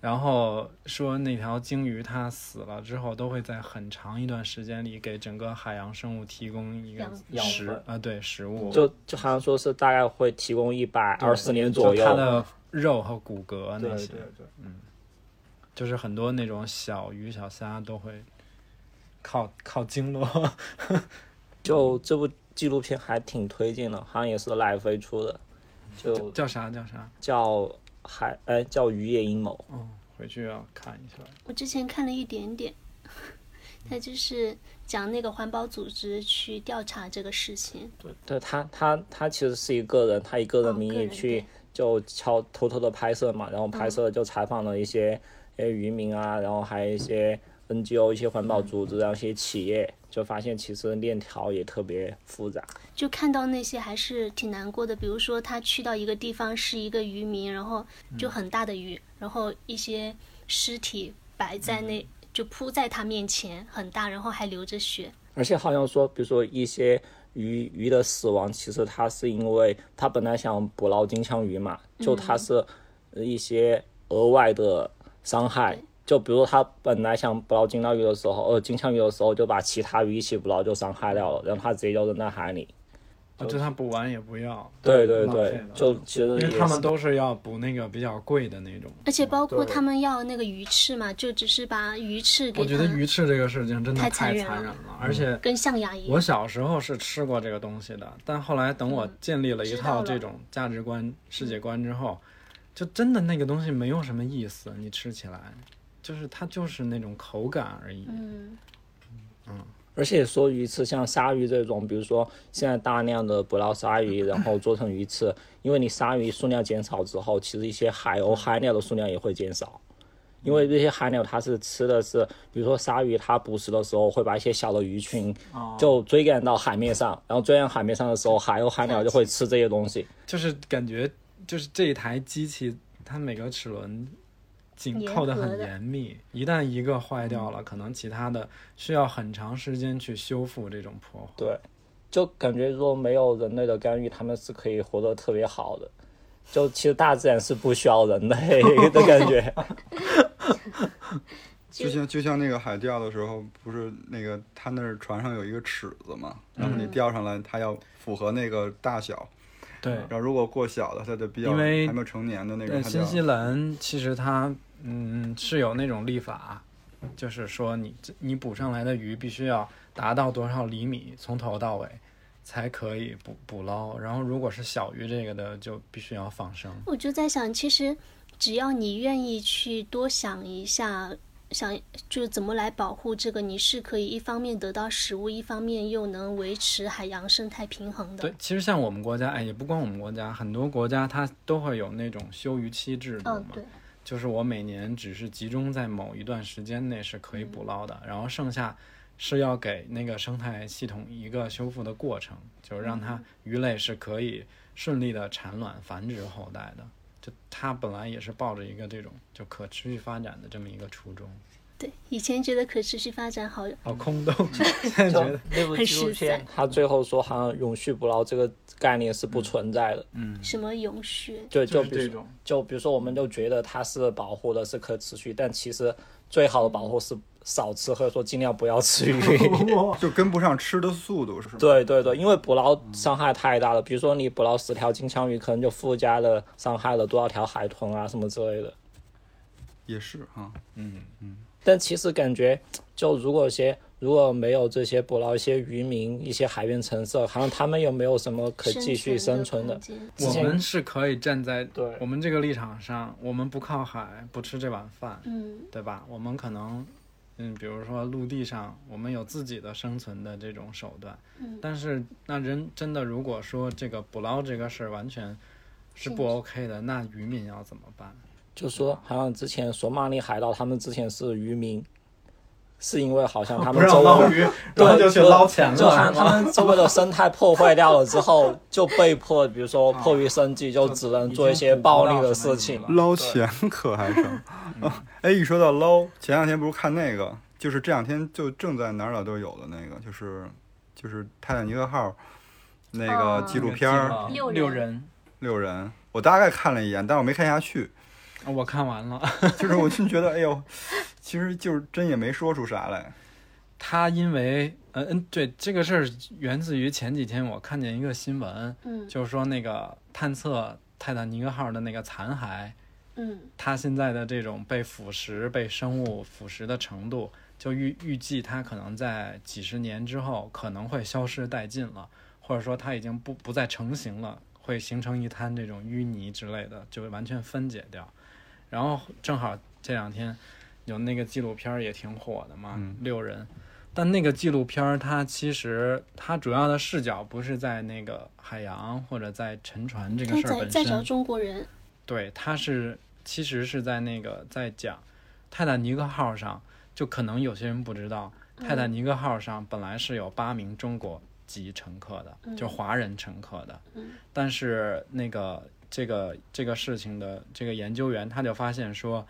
Speaker 1: 然后说那条鲸鱼它死了之后，都会在很长一段时间里给整个海洋生物提供一个
Speaker 2: 养
Speaker 4: 养
Speaker 1: 食
Speaker 4: 分
Speaker 1: 啊、对食物，
Speaker 4: 就就好像说是大概会提供一百二十年左
Speaker 1: 就它
Speaker 4: 右，
Speaker 1: 的肉和骨骼
Speaker 5: 对
Speaker 1: 那
Speaker 5: 对
Speaker 1: 些，嗯
Speaker 5: 对，
Speaker 1: 就是很多那种小鱼小虾都会靠靠鲸落。 *laughs*
Speaker 4: 就这部纪录片还挺推荐的，好像也是奈飞出的，就
Speaker 1: 叫啥叫啥？
Speaker 4: 叫海哎叫渔业阴谋，
Speaker 1: 嗯，回去要看一下。
Speaker 2: 我之前看了一点 *laughs* 点，他就是讲那个环保组织去调查这个事情。
Speaker 4: 对他他他其实是一个人，他以个
Speaker 2: 哦
Speaker 4: 人名
Speaker 2: 个
Speaker 4: 义
Speaker 2: 人
Speaker 4: 去
Speaker 2: 对嗯
Speaker 4: 就悄偷偷的拍摄嘛，然后拍摄就采访了一些呃渔民啊，然后还有一些 NGO、一些环保组织，然后一些企业，就发现其实链条也特别复杂。
Speaker 2: 就看到那些还是挺难过的，比如说他去到一个地方是一个
Speaker 1: 嗯
Speaker 2: 渔
Speaker 1: 嗯
Speaker 2: 民，然后就很大的鱼，然后一些尸体摆在那、就铺在他面前，很大，然后还流着血。
Speaker 4: 而且好像说，比如说一些鱼鱼的死亡，其实它是因为它本来想捕捞金枪鱼嘛，就它是一些额外的伤害。就比如说它本来想捕捞金刀鱼的时候，呃，金枪鱼的时候就把其他鱼一起捕捞，就伤害掉了，然后它直接就扔在海里。
Speaker 1: 哦，就他补完也不要，
Speaker 4: 对对
Speaker 1: 浪费
Speaker 4: 对
Speaker 1: 了，
Speaker 4: 就其实
Speaker 1: 因
Speaker 4: 也
Speaker 1: 为他们
Speaker 4: 是
Speaker 1: 都是要补那个比较贵的那种。
Speaker 2: 而且包括
Speaker 4: 对
Speaker 2: 他们要那个鱼翅嘛，就只是把鱼翅给
Speaker 1: 我觉得
Speaker 2: 它
Speaker 1: 鱼翅这个事情真的
Speaker 2: 太
Speaker 1: 太残
Speaker 2: 残忍
Speaker 1: 忍
Speaker 2: 了
Speaker 4: 嗯
Speaker 1: 了，而且
Speaker 2: 跟象牙一
Speaker 1: 我
Speaker 2: 样。
Speaker 1: 小时候是吃过这个东西的，但后来等我建立了一
Speaker 2: 嗯知道
Speaker 1: 套
Speaker 2: 了嗯
Speaker 1: 这种价值观、世界观之后，就真的那个东西没有什么意思，你吃起来，就是它就是那种口感而已。
Speaker 2: 嗯，
Speaker 4: 而且说鱼翅，像鲨鱼这种，比如说现在大量的捕捞鲨鱼，然后做成鱼翅，因为你鲨鱼数量减少之后，其实一些海鸥、海鸟的数量也会减少，因为这些海鸟它是吃的是，比如说鲨鱼，它捕食的时候会把一些小的鱼群就追赶到海面上，然后追赶海面上的时候，海鸥、海鸟就会吃这些东西。
Speaker 1: 就是感觉，就是这一台机器，它每个齿轮紧
Speaker 2: 严
Speaker 1: 扣得
Speaker 2: 格
Speaker 1: 很
Speaker 2: 的嗯
Speaker 1: 严密，一旦一个坏掉了，可能其他的需要很长时间去修复这种破坏。
Speaker 4: 对，就感觉如果没有人类的干预，他们是可以活得特别好的。就其实大自然是不需要人类的感觉。
Speaker 3: 就像就像那个海钓的时候，不是那个他那儿船上有一个尺子嘛，然后你钓上来，它要符合那个大小，
Speaker 1: 对，
Speaker 3: 然后如果过小的，它就比较
Speaker 1: 因为
Speaker 3: 还没有成年的那种，
Speaker 1: 对，
Speaker 3: 它就
Speaker 1: 新
Speaker 3: 要
Speaker 1: 西兰其实它嗯是有那种立法，就是说你这你捕上来的鱼必须要达到多少厘米，从头到尾才可以捕捕捞。然后如果是小鱼这个的，就必须要放生。
Speaker 2: 我就在想，其实只要你愿意去多想一下，想就怎么来保护这个，你是可以一方面得到食物，一方面又能维持海洋生态平衡
Speaker 1: 对
Speaker 2: 的。，
Speaker 1: 其实像我们国家，哎，也不光我们国家，很多国家它都会有那种休渔期制度
Speaker 2: 嗯
Speaker 1: 嘛，，
Speaker 2: 对，
Speaker 1: 就是我每年只是集中在某一段时间内是
Speaker 2: 嗯
Speaker 1: 可以捕捞的，然后剩下是要给那个生态系统一个修复的过程，就是让
Speaker 2: 嗯
Speaker 1: 它鱼类是可以顺利的产卵繁殖后代的。就它本来也是抱着一个这种就可持续发展的这么一个初衷，
Speaker 2: 对，以前觉得可持续发展好
Speaker 1: 好空洞。现在觉得
Speaker 4: 那部
Speaker 2: 很
Speaker 4: 纪录
Speaker 2: 实
Speaker 4: 片，他最后说好像永续捕捞这个概念是不存在的。
Speaker 2: 什么永续，
Speaker 4: 对，就
Speaker 1: 嗯就是
Speaker 4: 比如
Speaker 1: 这
Speaker 4: 说
Speaker 1: 种，
Speaker 4: 就比如说我们就觉得它是保护的是可持续，但其实最好的保护是少吃或者说尽量不要吃
Speaker 1: *laughs*
Speaker 4: 鱼。
Speaker 3: 就跟不上吃的速度，是吗？
Speaker 4: 对对对，因为捕捞伤害太大了，比如说你捕捞十条金枪鱼，可能就附加了伤害了多少条海豚啊什么之类的。
Speaker 3: 也是哈，
Speaker 1: 嗯，
Speaker 4: 但其实感觉，就如果些如果没有这些捕捞一些渔民、一些海边城市，好像他们又没有什么可继续生存的
Speaker 2: 空。间
Speaker 1: 我
Speaker 4: 前
Speaker 1: 们是可以站在
Speaker 4: 对
Speaker 1: 我们这个立场上，我们不靠海，不吃这碗饭，
Speaker 2: 嗯，
Speaker 1: 对吧？我们可能，嗯，比如说陆地上，我们有自己的生存的这种手段，
Speaker 2: 嗯
Speaker 1: 但是那人真的如果说这个捕捞这个事儿完全是不 OK 的，那渔民要怎么办？
Speaker 4: 就说好像之前索马里海盗，他们之前是渔民，是因为好像他
Speaker 5: 不
Speaker 4: 们
Speaker 5: 让
Speaker 4: 周
Speaker 5: 捞
Speaker 4: 围
Speaker 5: 鱼，然后就去捞钱
Speaker 4: 就好像
Speaker 5: 了。
Speaker 1: *laughs*
Speaker 4: 他们周围的生态破坏掉了之后，就被迫比如说迫于生计，就只能做一些暴力的事情。
Speaker 3: *laughs* 捞钱可还 *laughs* 成。哎，一说到捞，前两天不是看那个，就是这两天就正在哪儿哪儿都有的那个，就是就是泰坦尼克号那
Speaker 2: 哦
Speaker 3: 个纪录片儿
Speaker 1: 啊
Speaker 2: 六人
Speaker 1: 六人，
Speaker 3: 六人，我大概看了一眼，但我没看下去。
Speaker 1: 啊我看完了。
Speaker 3: 就是我真觉得，哎呦，其实就是真也没说出啥来。
Speaker 1: 他因为，嗯、嗯，对，这个事儿源自于前几天我看见一个新闻，
Speaker 2: 嗯
Speaker 1: 就是说那个探测泰坦尼克号的那个残骸，
Speaker 2: 嗯，
Speaker 1: 它现在的这种被腐蚀、被生物腐蚀的程度，就预预计它可能在几十年之后可能会消失殆尽了，或者说它已经不不再成型了，会形成一滩这种淤泥之类的，就完全分解掉。然后正好这两天有那个纪录片儿也挺火的嘛，六人。但那个纪录片儿，它其实它主要的视角不是在那个海洋或者在沉船这个
Speaker 2: 他
Speaker 1: 事儿
Speaker 2: 在
Speaker 1: 本
Speaker 2: 在
Speaker 1: 身，
Speaker 2: 找中国人，
Speaker 1: 对，他是其实是在那个在讲泰坦尼克号上，就可能有些人不知道，泰坦尼克号上本来是有八名中国籍乘客的，就华人乘客的，但是那个这个这个事情的这个研究员他就发现说，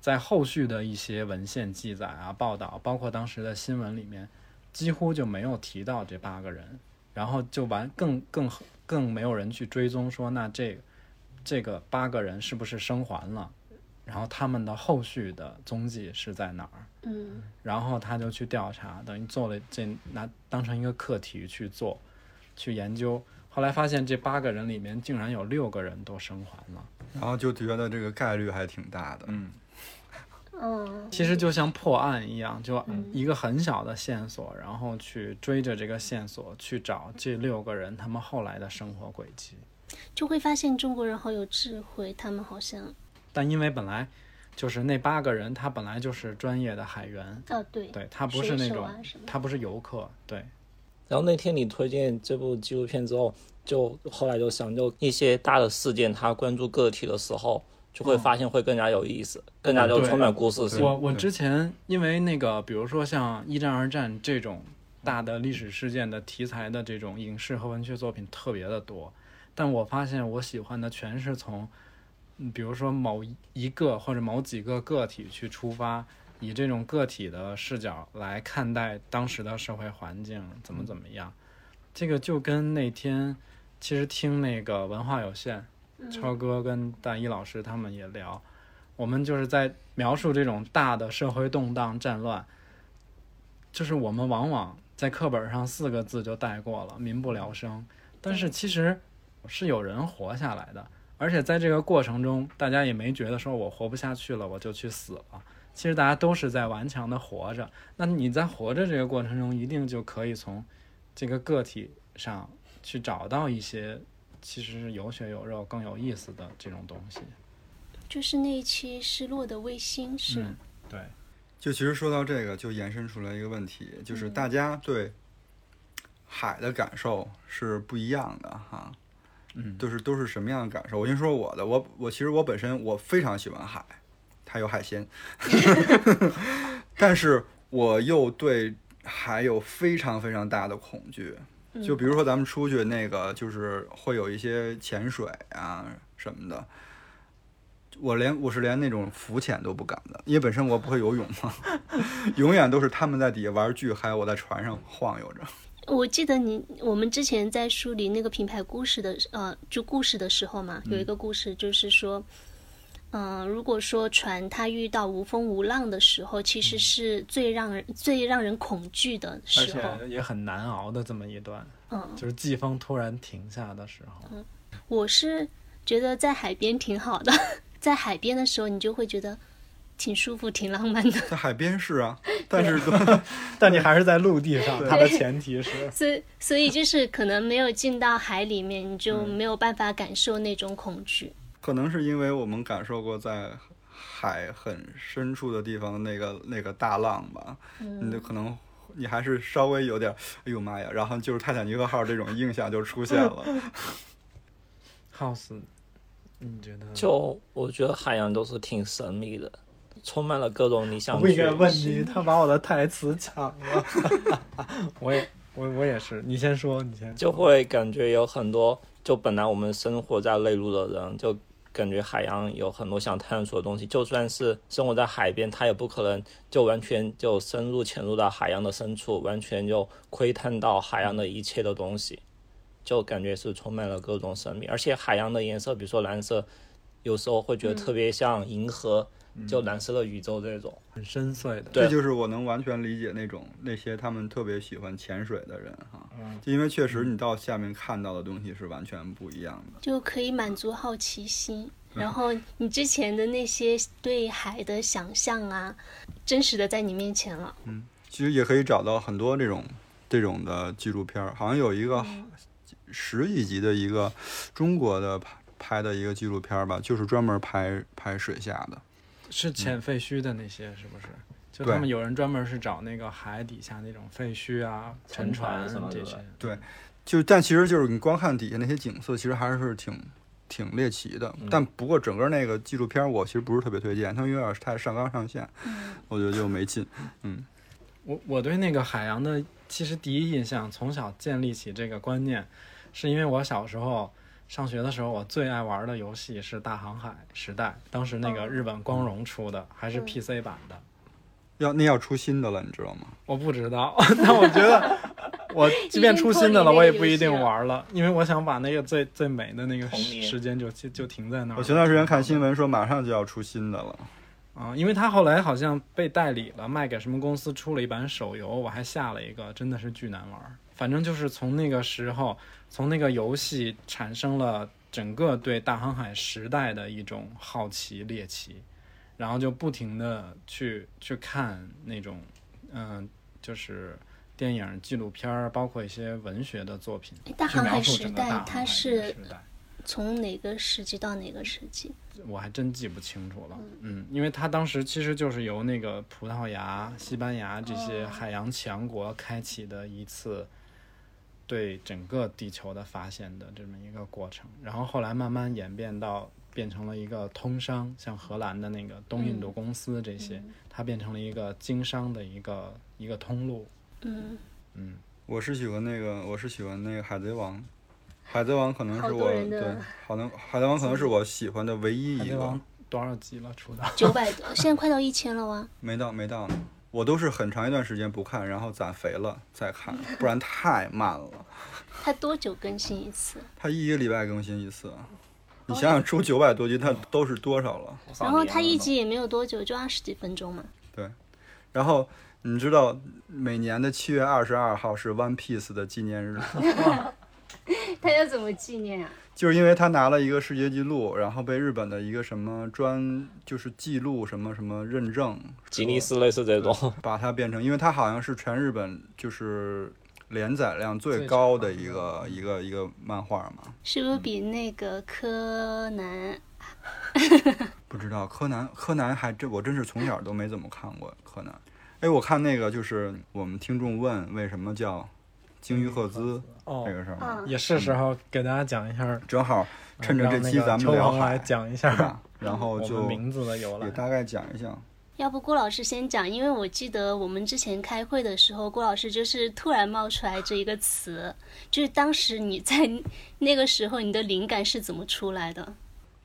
Speaker 1: 在后续的一些文献记载啊、报道，包括当时的新闻里面，几乎就没有提到这八个人，然后就完更更更没有人去追踪说那这这个八个人是不是生还了，然后他们的后续的踪迹是在哪儿？
Speaker 2: 嗯
Speaker 1: 然后他就去调查，等于做了这拿当成一个课题去做，去研究。后来发现这八个人里面竟然有六个人都生还了，
Speaker 3: 然后就觉得这个概率还挺大的。
Speaker 1: 嗯，
Speaker 2: 嗯，
Speaker 1: 其实就像破案一样，就一个很小的线索，然后去追着这个线索去找这六个人他们后来的生活轨迹。
Speaker 2: 就会发现中国人好有智慧，他们好像
Speaker 1: 但因为本来就是那八个人，他本来就是专业的海员，
Speaker 2: 哦对，
Speaker 1: 对他不是
Speaker 2: 水
Speaker 1: 那
Speaker 2: 手
Speaker 1: 种
Speaker 2: 啊什么，
Speaker 1: 他不是游客，对，
Speaker 4: 然后那天你推荐这部纪录片之后，就后来就想，就一些大的事件，它关注个体的时候，就
Speaker 5: 嗯
Speaker 4: 会发现会更加有意思，更加就
Speaker 1: 对
Speaker 4: 充满故事性。
Speaker 1: 我我
Speaker 3: 对
Speaker 1: 之前因为那个，比如说像一战、二战这种大的历史事件的题材的这种影视和文学作品特别的多，但我发现我喜欢的全是从，嗯比如说某一个或者某几个个体去出发，以这种个体的视角来看待当时的社会环境怎
Speaker 3: 嗯
Speaker 1: 么怎么样。这个就跟那天其实听那个文化有限，超哥跟大一老师他们也聊，我们就是在描述这种大的社会动荡、战乱，就是我们往往在课本上四个字就带过了，民不聊生。但是其实是有人活下来的，而且在这个过程中，大家也没觉得说我活不下去了，我就去死了。其实大家都是在顽强的活着。那你在活着这个过程中，一定就可以从这个个体上去找到一些其实是有血有肉、更有意思的这种东西。
Speaker 2: 就是那一期《失落的卫星》是
Speaker 1: 嗯对，
Speaker 3: 就其实说到这个，就延伸出来一个问题，就是大家对海的感受是不一样的哈。
Speaker 1: 嗯，
Speaker 3: 就是都是什么样的感受？我先说我的，我我其实我本身我非常喜欢海，它有海鲜，但是我又对海有非常非常大的恐惧。就比如说咱们出去那个，就是会有一些潜水啊什么的，我连我是连那种浮潜都不敢的，因为本身我不会游泳嘛，永远都是他们在底下玩巨嗨，我在船上晃悠着。
Speaker 2: 我记得你我们之前在梳理那个品牌故事的呃，就故事的时候嘛，有一
Speaker 1: 嗯
Speaker 2: 个故事就是说，嗯、如果说船它遇到无风无浪的时候，其实是最让人、最让人恐惧的
Speaker 1: 嗯而
Speaker 2: 时候。
Speaker 1: 且也很难熬的这么一段，
Speaker 2: 嗯，
Speaker 1: 就是季风突然停下的时候，
Speaker 2: 我是觉得在海边挺好的， *laughs* 在海边的时候你就会觉得挺舒服、挺浪漫的。
Speaker 3: 在海边是啊，但是都
Speaker 1: 但你还是在陆地上，它的前提是，
Speaker 2: 所以，所以就是可能没有进到海里面，你
Speaker 1: 嗯
Speaker 2: 就没有办法感受那种恐惧。
Speaker 3: *laughs* 可能是因为我们感受过在海很深处的地方的那个那个大浪吧，你就可能你还是稍微有点，哎呦妈呀！然后就是泰坦尼克号这种印象就出现了。
Speaker 1: house，你觉得？
Speaker 4: 就我觉得海洋都是挺神秘的，充满了各种你
Speaker 5: 我
Speaker 4: 想
Speaker 5: 不应
Speaker 4: 去
Speaker 5: 该。问你，他把我的台词抢了。
Speaker 1: 我也我我也是，你先说，你先
Speaker 4: 就会感觉有很多，就本来我们生活在内陆的人，就感觉海洋有很多想探索的东西。就算是生活在海边，他也不可能就完全就深入潜入到海洋的深处，完全就窥探到海洋的一切的东西，就感觉是充满了各种神秘。而且海洋的颜色，比如说蓝色，有时候会
Speaker 2: 嗯
Speaker 4: 觉得特别像银河，就蓝色的宇宙这种。
Speaker 1: 很深邃的，
Speaker 4: 对
Speaker 3: 这就是我能完全理解那种那些他们特别喜欢潜水的人哈，就因为确实你到下面看到的东西是完全不一样的。
Speaker 2: 就可以满足好奇心。
Speaker 1: 嗯
Speaker 2: 然后你之前的那些对海的想象啊，真实的在你面前了。
Speaker 3: 其实也可以找到很多这种这种的纪录片儿，好像有一个十几集的一个中国的拍拍的一个纪录片儿吧，就是专门拍拍水下的。
Speaker 1: 是
Speaker 4: 嗯
Speaker 1: 潜废墟的那些是不是？就
Speaker 3: 对
Speaker 1: 他们有人专门是找那个海底下那种废墟啊、沉
Speaker 4: 沉船
Speaker 1: 船
Speaker 4: 什么
Speaker 1: 这
Speaker 4: 的
Speaker 1: 些，
Speaker 3: 就但其实就是你光看底下那些景色，其实还是挺挺猎奇的。但不过整个那个纪录片，我其实不是特别推荐，它有点太上纲上线，我觉得就没劲。
Speaker 1: 我我对那个海洋的其实第一印象，从小建立起这个观念，是因为我小时候上学的时候，我最爱玩的游戏是《大航海时代》，当时那个日本光荣出的，还是
Speaker 2: 哦嗯
Speaker 1: PC 版的。
Speaker 3: 要那要出新的了，你知道吗？
Speaker 1: 我不知道， *laughs* 但我觉
Speaker 2: *laughs*
Speaker 1: 得我即便出新的了，
Speaker 2: 已经脱离那个
Speaker 1: 我也不一定
Speaker 2: 游戏了
Speaker 1: 玩了，因为我想把那个最最美的那个
Speaker 4: 童年
Speaker 1: 时间就就就停在那儿。
Speaker 3: 我前段时间看新闻说马上就要出新的了，
Speaker 1: 啊、因为它后来好像被代理了，卖给什么公司出了一版手游，我还下了一个，真的是巨难玩儿。反正就是从那个时候，从那个游戏产生了整个对大航海时代的一种好奇猎奇，然后就不停的去去看那种，嗯、就是电影、纪录片儿，包括一些文学的作品，
Speaker 2: 哎大
Speaker 1: 去
Speaker 2: 航
Speaker 1: 描
Speaker 2: 海
Speaker 1: 述
Speaker 2: 时
Speaker 1: 整个大
Speaker 2: 代
Speaker 1: 航海
Speaker 2: 它
Speaker 1: 这个
Speaker 2: 是
Speaker 1: 时代。
Speaker 2: 从哪个时期到哪个时期？
Speaker 1: 我还真记不清楚了，嗯，因为他当时其实就是由那个葡萄牙、西班牙这些海洋强国开启的一次对整个地球的发现的这么一个过程，然后后来慢慢演变到变成了一个通商，像荷兰的那个东印度公司这些，它变成了一个经商的一个一个通路，
Speaker 2: 嗯，
Speaker 1: 嗯，
Speaker 3: 我是喜欢那个，我是喜欢那个《海贼王》，《海贼王》可能
Speaker 2: 好
Speaker 3: 是
Speaker 2: 多
Speaker 3: 我
Speaker 2: 人的
Speaker 3: 对，好能《海贼王》可能是我喜欢的唯一
Speaker 1: 海
Speaker 3: 一
Speaker 1: 贼
Speaker 3: 个
Speaker 1: 王，多少集了出的？
Speaker 2: 九百多，现在快到一千了哇！
Speaker 3: 没到没到呢，我都是很长一段时间不看，然后攒肥了再看，不然太慢了。
Speaker 2: 它多久更新一次？
Speaker 3: 它一个礼拜更新一次，你想想出九百多集，它都是多少了？
Speaker 2: 然后它一集也没有多久，就二十几分钟嘛。
Speaker 3: 然后你知道每年的七月二十二号是 One Piece 的纪念日，
Speaker 2: 它要怎么纪念啊？
Speaker 3: 就是因为他拿了一个世界纪录，然后被日本的一个什么专就是记录什么什么认证，
Speaker 4: 吉尼斯类似这种，
Speaker 3: 把它变成，因为它好像是全日本就是连载量最高的一个
Speaker 1: 嗯
Speaker 3: 一个一个漫画嘛。
Speaker 2: 是不是比那个柯南？
Speaker 3: 不知道柯南，柯南还真我真是从小都没怎么看过柯南。哎，我看那个就是我们听众问为什么叫鲸鱼赫兹
Speaker 1: 哦
Speaker 3: 这，个事儿吗，
Speaker 2: 嗯，
Speaker 1: 也是时候给大家讲一下，
Speaker 3: 正好趁着这期
Speaker 1: 让那
Speaker 3: 咱
Speaker 1: 个
Speaker 3: 们
Speaker 1: 秋
Speaker 3: 聊
Speaker 1: 鹏
Speaker 3: 海
Speaker 1: 来，讲一
Speaker 3: 是
Speaker 1: 下
Speaker 3: 吧。然后
Speaker 1: 我
Speaker 3: 就
Speaker 1: 们名字的由来
Speaker 3: 也。大概讲一下。
Speaker 2: 要不郭老师先讲，因为我记得我们之前开会的时候，郭老师就是突然冒出来这一个词，就是当时你在 *laughs* 那个时候你的灵感是怎么出来的？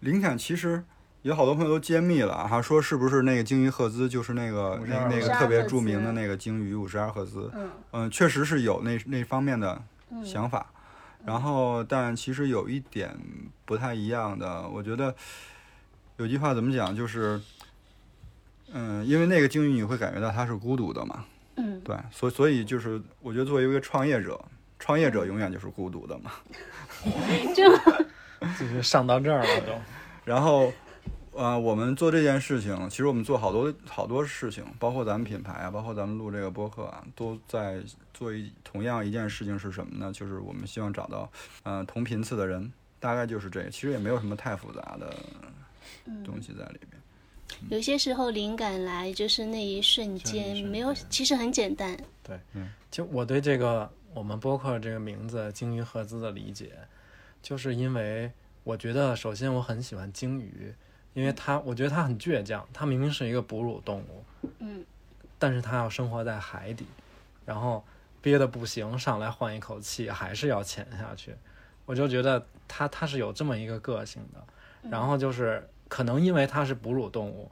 Speaker 3: 灵感其实有好多朋友都揭秘了啊，还说是不是那个鲸鱼赫兹就是那个
Speaker 1: 52
Speaker 3: 那那
Speaker 2: 赫
Speaker 3: 个
Speaker 2: 兹
Speaker 3: 特别著名的那个鲸鱼五十二赫兹？
Speaker 2: 嗯
Speaker 3: 确实是有那那方面的
Speaker 2: 嗯
Speaker 3: 想法。然后，但其实有一点不太一样的，我觉得有句话怎么讲，就是，嗯，因为那个鲸鱼你会感觉到它是孤独的嘛，
Speaker 2: 嗯，
Speaker 3: 对，所以所以就是我觉得作为一个创业者，创业者永远就是孤独的嘛。
Speaker 1: 就是 *laughs* 上到这儿了都。
Speaker 3: 然后，呃，我们做这件事情，其实我们做好多好多事情，包括咱们品牌啊，包括咱们录这个播客啊，都在做一同样一件事情是什么呢？就是我们希望找到，呃，同频次的人，大概就是这个，其实也没有什么太复杂的东西在里面。
Speaker 2: 有些时候灵感来就是那一瞬间，没有，其实很简单。
Speaker 1: 就我对这个我们播客这个名字“鲸鱼赫兹”的理解，就是因为我觉得，首先我很喜欢鲸鱼，因为它，我觉得它很倔强，它明明是一个哺乳动物，
Speaker 2: 嗯，
Speaker 1: 但是它要生活在海底，然后憋得不行，上来换一口气，还是要潜下去。我就觉得它它是有这么一个个性的，然后就是可能因为它是哺乳动物，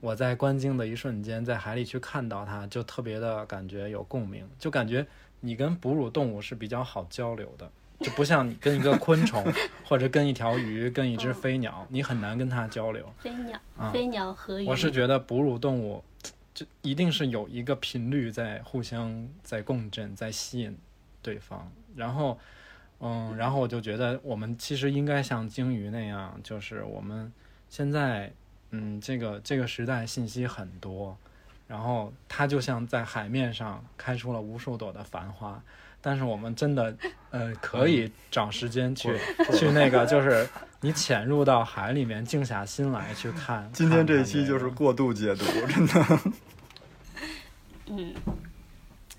Speaker 1: 我在观鲸的一瞬间，在海里去看到它，就特别的感觉有共鸣，就感觉你跟哺乳动物是比较好交流的，就不像你跟一个昆虫或者跟一条鱼、跟一只飞鸟，你很难跟它交流。
Speaker 2: 飞鸟，
Speaker 1: 啊
Speaker 2: 飞鸟和鱼，
Speaker 1: 我是觉得哺乳动物，就一定是有一个频率在互相在共振，在吸引对方。然后，嗯，然后我就觉得我们其实应该像鲸鱼那样，就是我们现在，嗯，这个这个时代信息很多，然后它就像在海面上开出了无数朵的繁花。但是我们真的，呃，可以找时间
Speaker 3: *laughs*
Speaker 1: 去、去那个，就是你潜入到海里面，静下心来去看。
Speaker 3: 今天这一期
Speaker 1: 看看那
Speaker 3: 就
Speaker 1: 个
Speaker 3: 是过度解读，真的。
Speaker 2: 嗯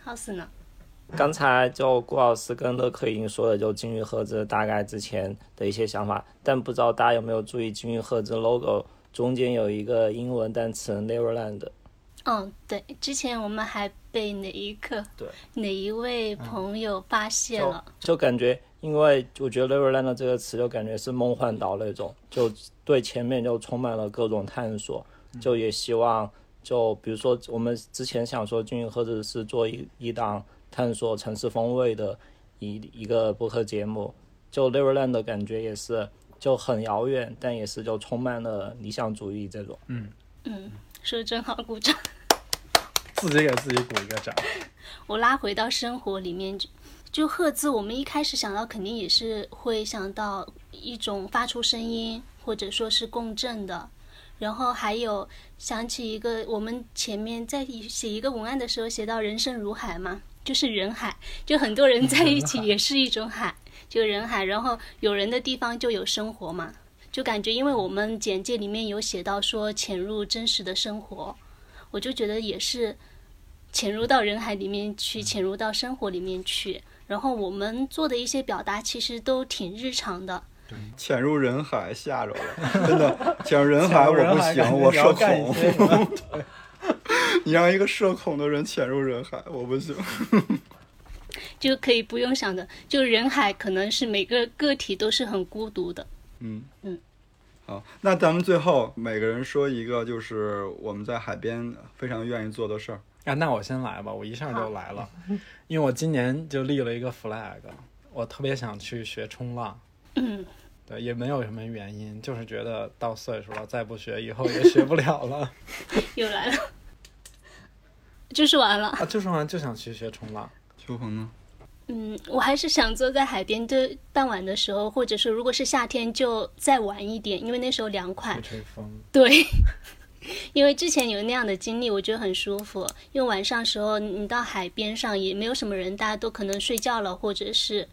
Speaker 2: ，house 呢？
Speaker 4: 刚才就顾老师跟乐克已经说了，就鲸鱼赫兹大概之前的一些想法，但不知道大家有没有注意鲸鱼赫兹 logo 中间有一个英文单词 Neverland，
Speaker 2: 嗯，对，之前我们还被哪一个
Speaker 4: 对
Speaker 2: 哪一位朋友发现了，
Speaker 4: 就感觉因为我觉得 Neverland 这个词就感觉是梦幻岛那种，就对前面就充满了各种探索，就也希望就比如说我们之前想说均匀盒子是做一一档探索城市风味的一一个播客节目，就 Neverland 的感觉也是就很遥远，但也是就充满了理想主义这种。
Speaker 2: 嗯，说得真好，鼓掌。
Speaker 5: 自己给自己鼓一个
Speaker 3: *laughs*
Speaker 5: 掌。
Speaker 2: 我拉回到生活里面，就就赫兹，我们一开始想到肯定也是会想到一种发出声音，或者说是共振的。然后还有想起一个，我们前面在写一个文案的时候写到“人生如海”嘛，就是人海，就很多人在一起也是一种海，就人海。然后有人的地方就有生活嘛，就感觉因为我们简介里面有写到说潜入真实的生活，我就觉得也是潜入到人海里面去，潜入到生活里面去。然后我们做的一些表达其实都挺日常的，
Speaker 3: *laughs* 潜入人海吓着了，真的潜入人海我
Speaker 5: 人
Speaker 1: *laughs*
Speaker 3: 不
Speaker 5: 海感
Speaker 3: 行，
Speaker 5: 觉
Speaker 3: 我
Speaker 5: 你要
Speaker 3: 社
Speaker 5: 干一
Speaker 3: 恐。
Speaker 5: 些什么
Speaker 3: *laughs* 你让一个社恐的人潜入人海，我不行。
Speaker 2: 就可以不用想的，就人海可能是每个个体都是很孤独的。
Speaker 3: 嗯
Speaker 2: 嗯，
Speaker 3: 好，那咱们最后每个人说一个，就是我们在海边非常愿意做的事儿。
Speaker 1: 啊，那我先来吧，我一下就来
Speaker 2: *laughs*
Speaker 1: 了，因为我今年就立了一个 flag，我特别想去学冲浪，
Speaker 2: 嗯，
Speaker 1: 对，也没有什么原因，就是觉得到岁数了，再不学以后也学不了了 *laughs*
Speaker 2: 又来了，就是完了。
Speaker 1: 啊，就是好像就想去学冲浪，
Speaker 3: 秋鹏呢？
Speaker 2: 嗯，我还是想坐在海边，对，傍晚的时候，或者说如果是夏天就再晚一点，因为那时候凉快
Speaker 1: 不。吹
Speaker 3: *laughs*
Speaker 1: 风，
Speaker 2: 对， *laughs* 因为之前有那样的经历，我觉得很舒服。因为晚上时候你到海边上也没有什么人，大家都可能睡觉了，或者是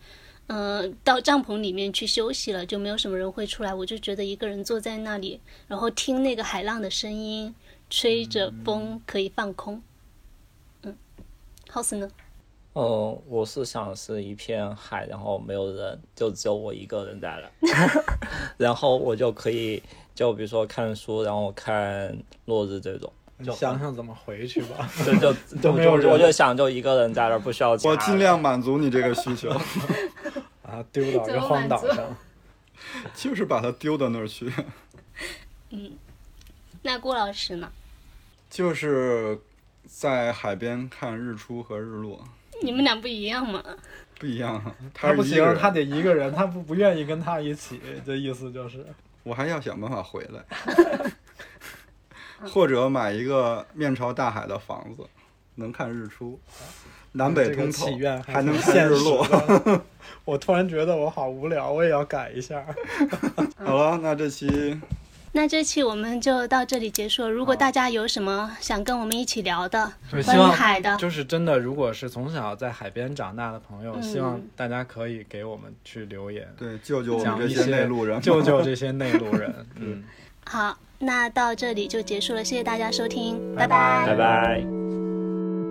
Speaker 2: 嗯、呃到帐篷里面去休息了，就没有什么人会出来。我就觉得一个人坐在那里，然后听那个海浪的声音，吹着
Speaker 1: 嗯
Speaker 2: 风可以放空。嗯，House 呢？
Speaker 4: 嗯，我是想是一片海，然后没有人，就只有我一个人在了， *laughs* 然后我就可以就比如说看书，然后看落日这种，
Speaker 1: 你想想怎么回去
Speaker 2: *laughs*
Speaker 1: 吧。
Speaker 4: 就就就
Speaker 5: 没有
Speaker 4: 我就我
Speaker 5: 人
Speaker 4: 就想就一个人在那儿不需要家
Speaker 3: 我
Speaker 4: 人。
Speaker 3: 尽量满足你这个需求， *laughs*
Speaker 1: 啊，丢到一
Speaker 2: 怎
Speaker 1: 个
Speaker 2: 么
Speaker 1: 荒岛
Speaker 2: 满足
Speaker 1: 上，
Speaker 3: 就是把它丢到那儿去。
Speaker 2: 那郭老师呢？
Speaker 3: 就是在海边看日出和日落，
Speaker 2: 你们俩不一样嘛？
Speaker 3: 不一样啊。
Speaker 5: 他不
Speaker 3: 是一个
Speaker 5: 行，
Speaker 3: 人
Speaker 5: 他得一个人，他不不愿意跟他一起，这意思就是
Speaker 3: 我还要想办法回来，或者买一个面朝大海的房子，能看日出，南北
Speaker 5: 这
Speaker 3: 通
Speaker 5: 个
Speaker 3: 透
Speaker 5: 祈愿，
Speaker 3: 还能
Speaker 5: 挺
Speaker 3: 看
Speaker 5: 现
Speaker 3: 日
Speaker 5: 实
Speaker 3: 落。
Speaker 5: 的。我突然觉得我好无聊，我也要改一下。
Speaker 3: 好了，那这期
Speaker 2: 那这期我们就到这里结束了。如果大家有什么想跟我们一起聊的，
Speaker 1: 对，
Speaker 2: 关
Speaker 1: 希
Speaker 2: 于
Speaker 1: 望
Speaker 2: 海的，
Speaker 1: 就是真的，如果是从小在海边长大的朋友，
Speaker 2: 嗯
Speaker 1: 希望大家可以给我们去留言，
Speaker 3: 对救救我们
Speaker 1: 讲
Speaker 3: 这
Speaker 1: 一
Speaker 3: 些内陆人吧， *laughs*
Speaker 1: 救救这些内陆人。嗯。
Speaker 2: 好，那到这里就结束了，谢谢大家收听，
Speaker 3: 嗯
Speaker 2: 拜拜
Speaker 4: 拜拜。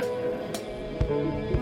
Speaker 2: 见。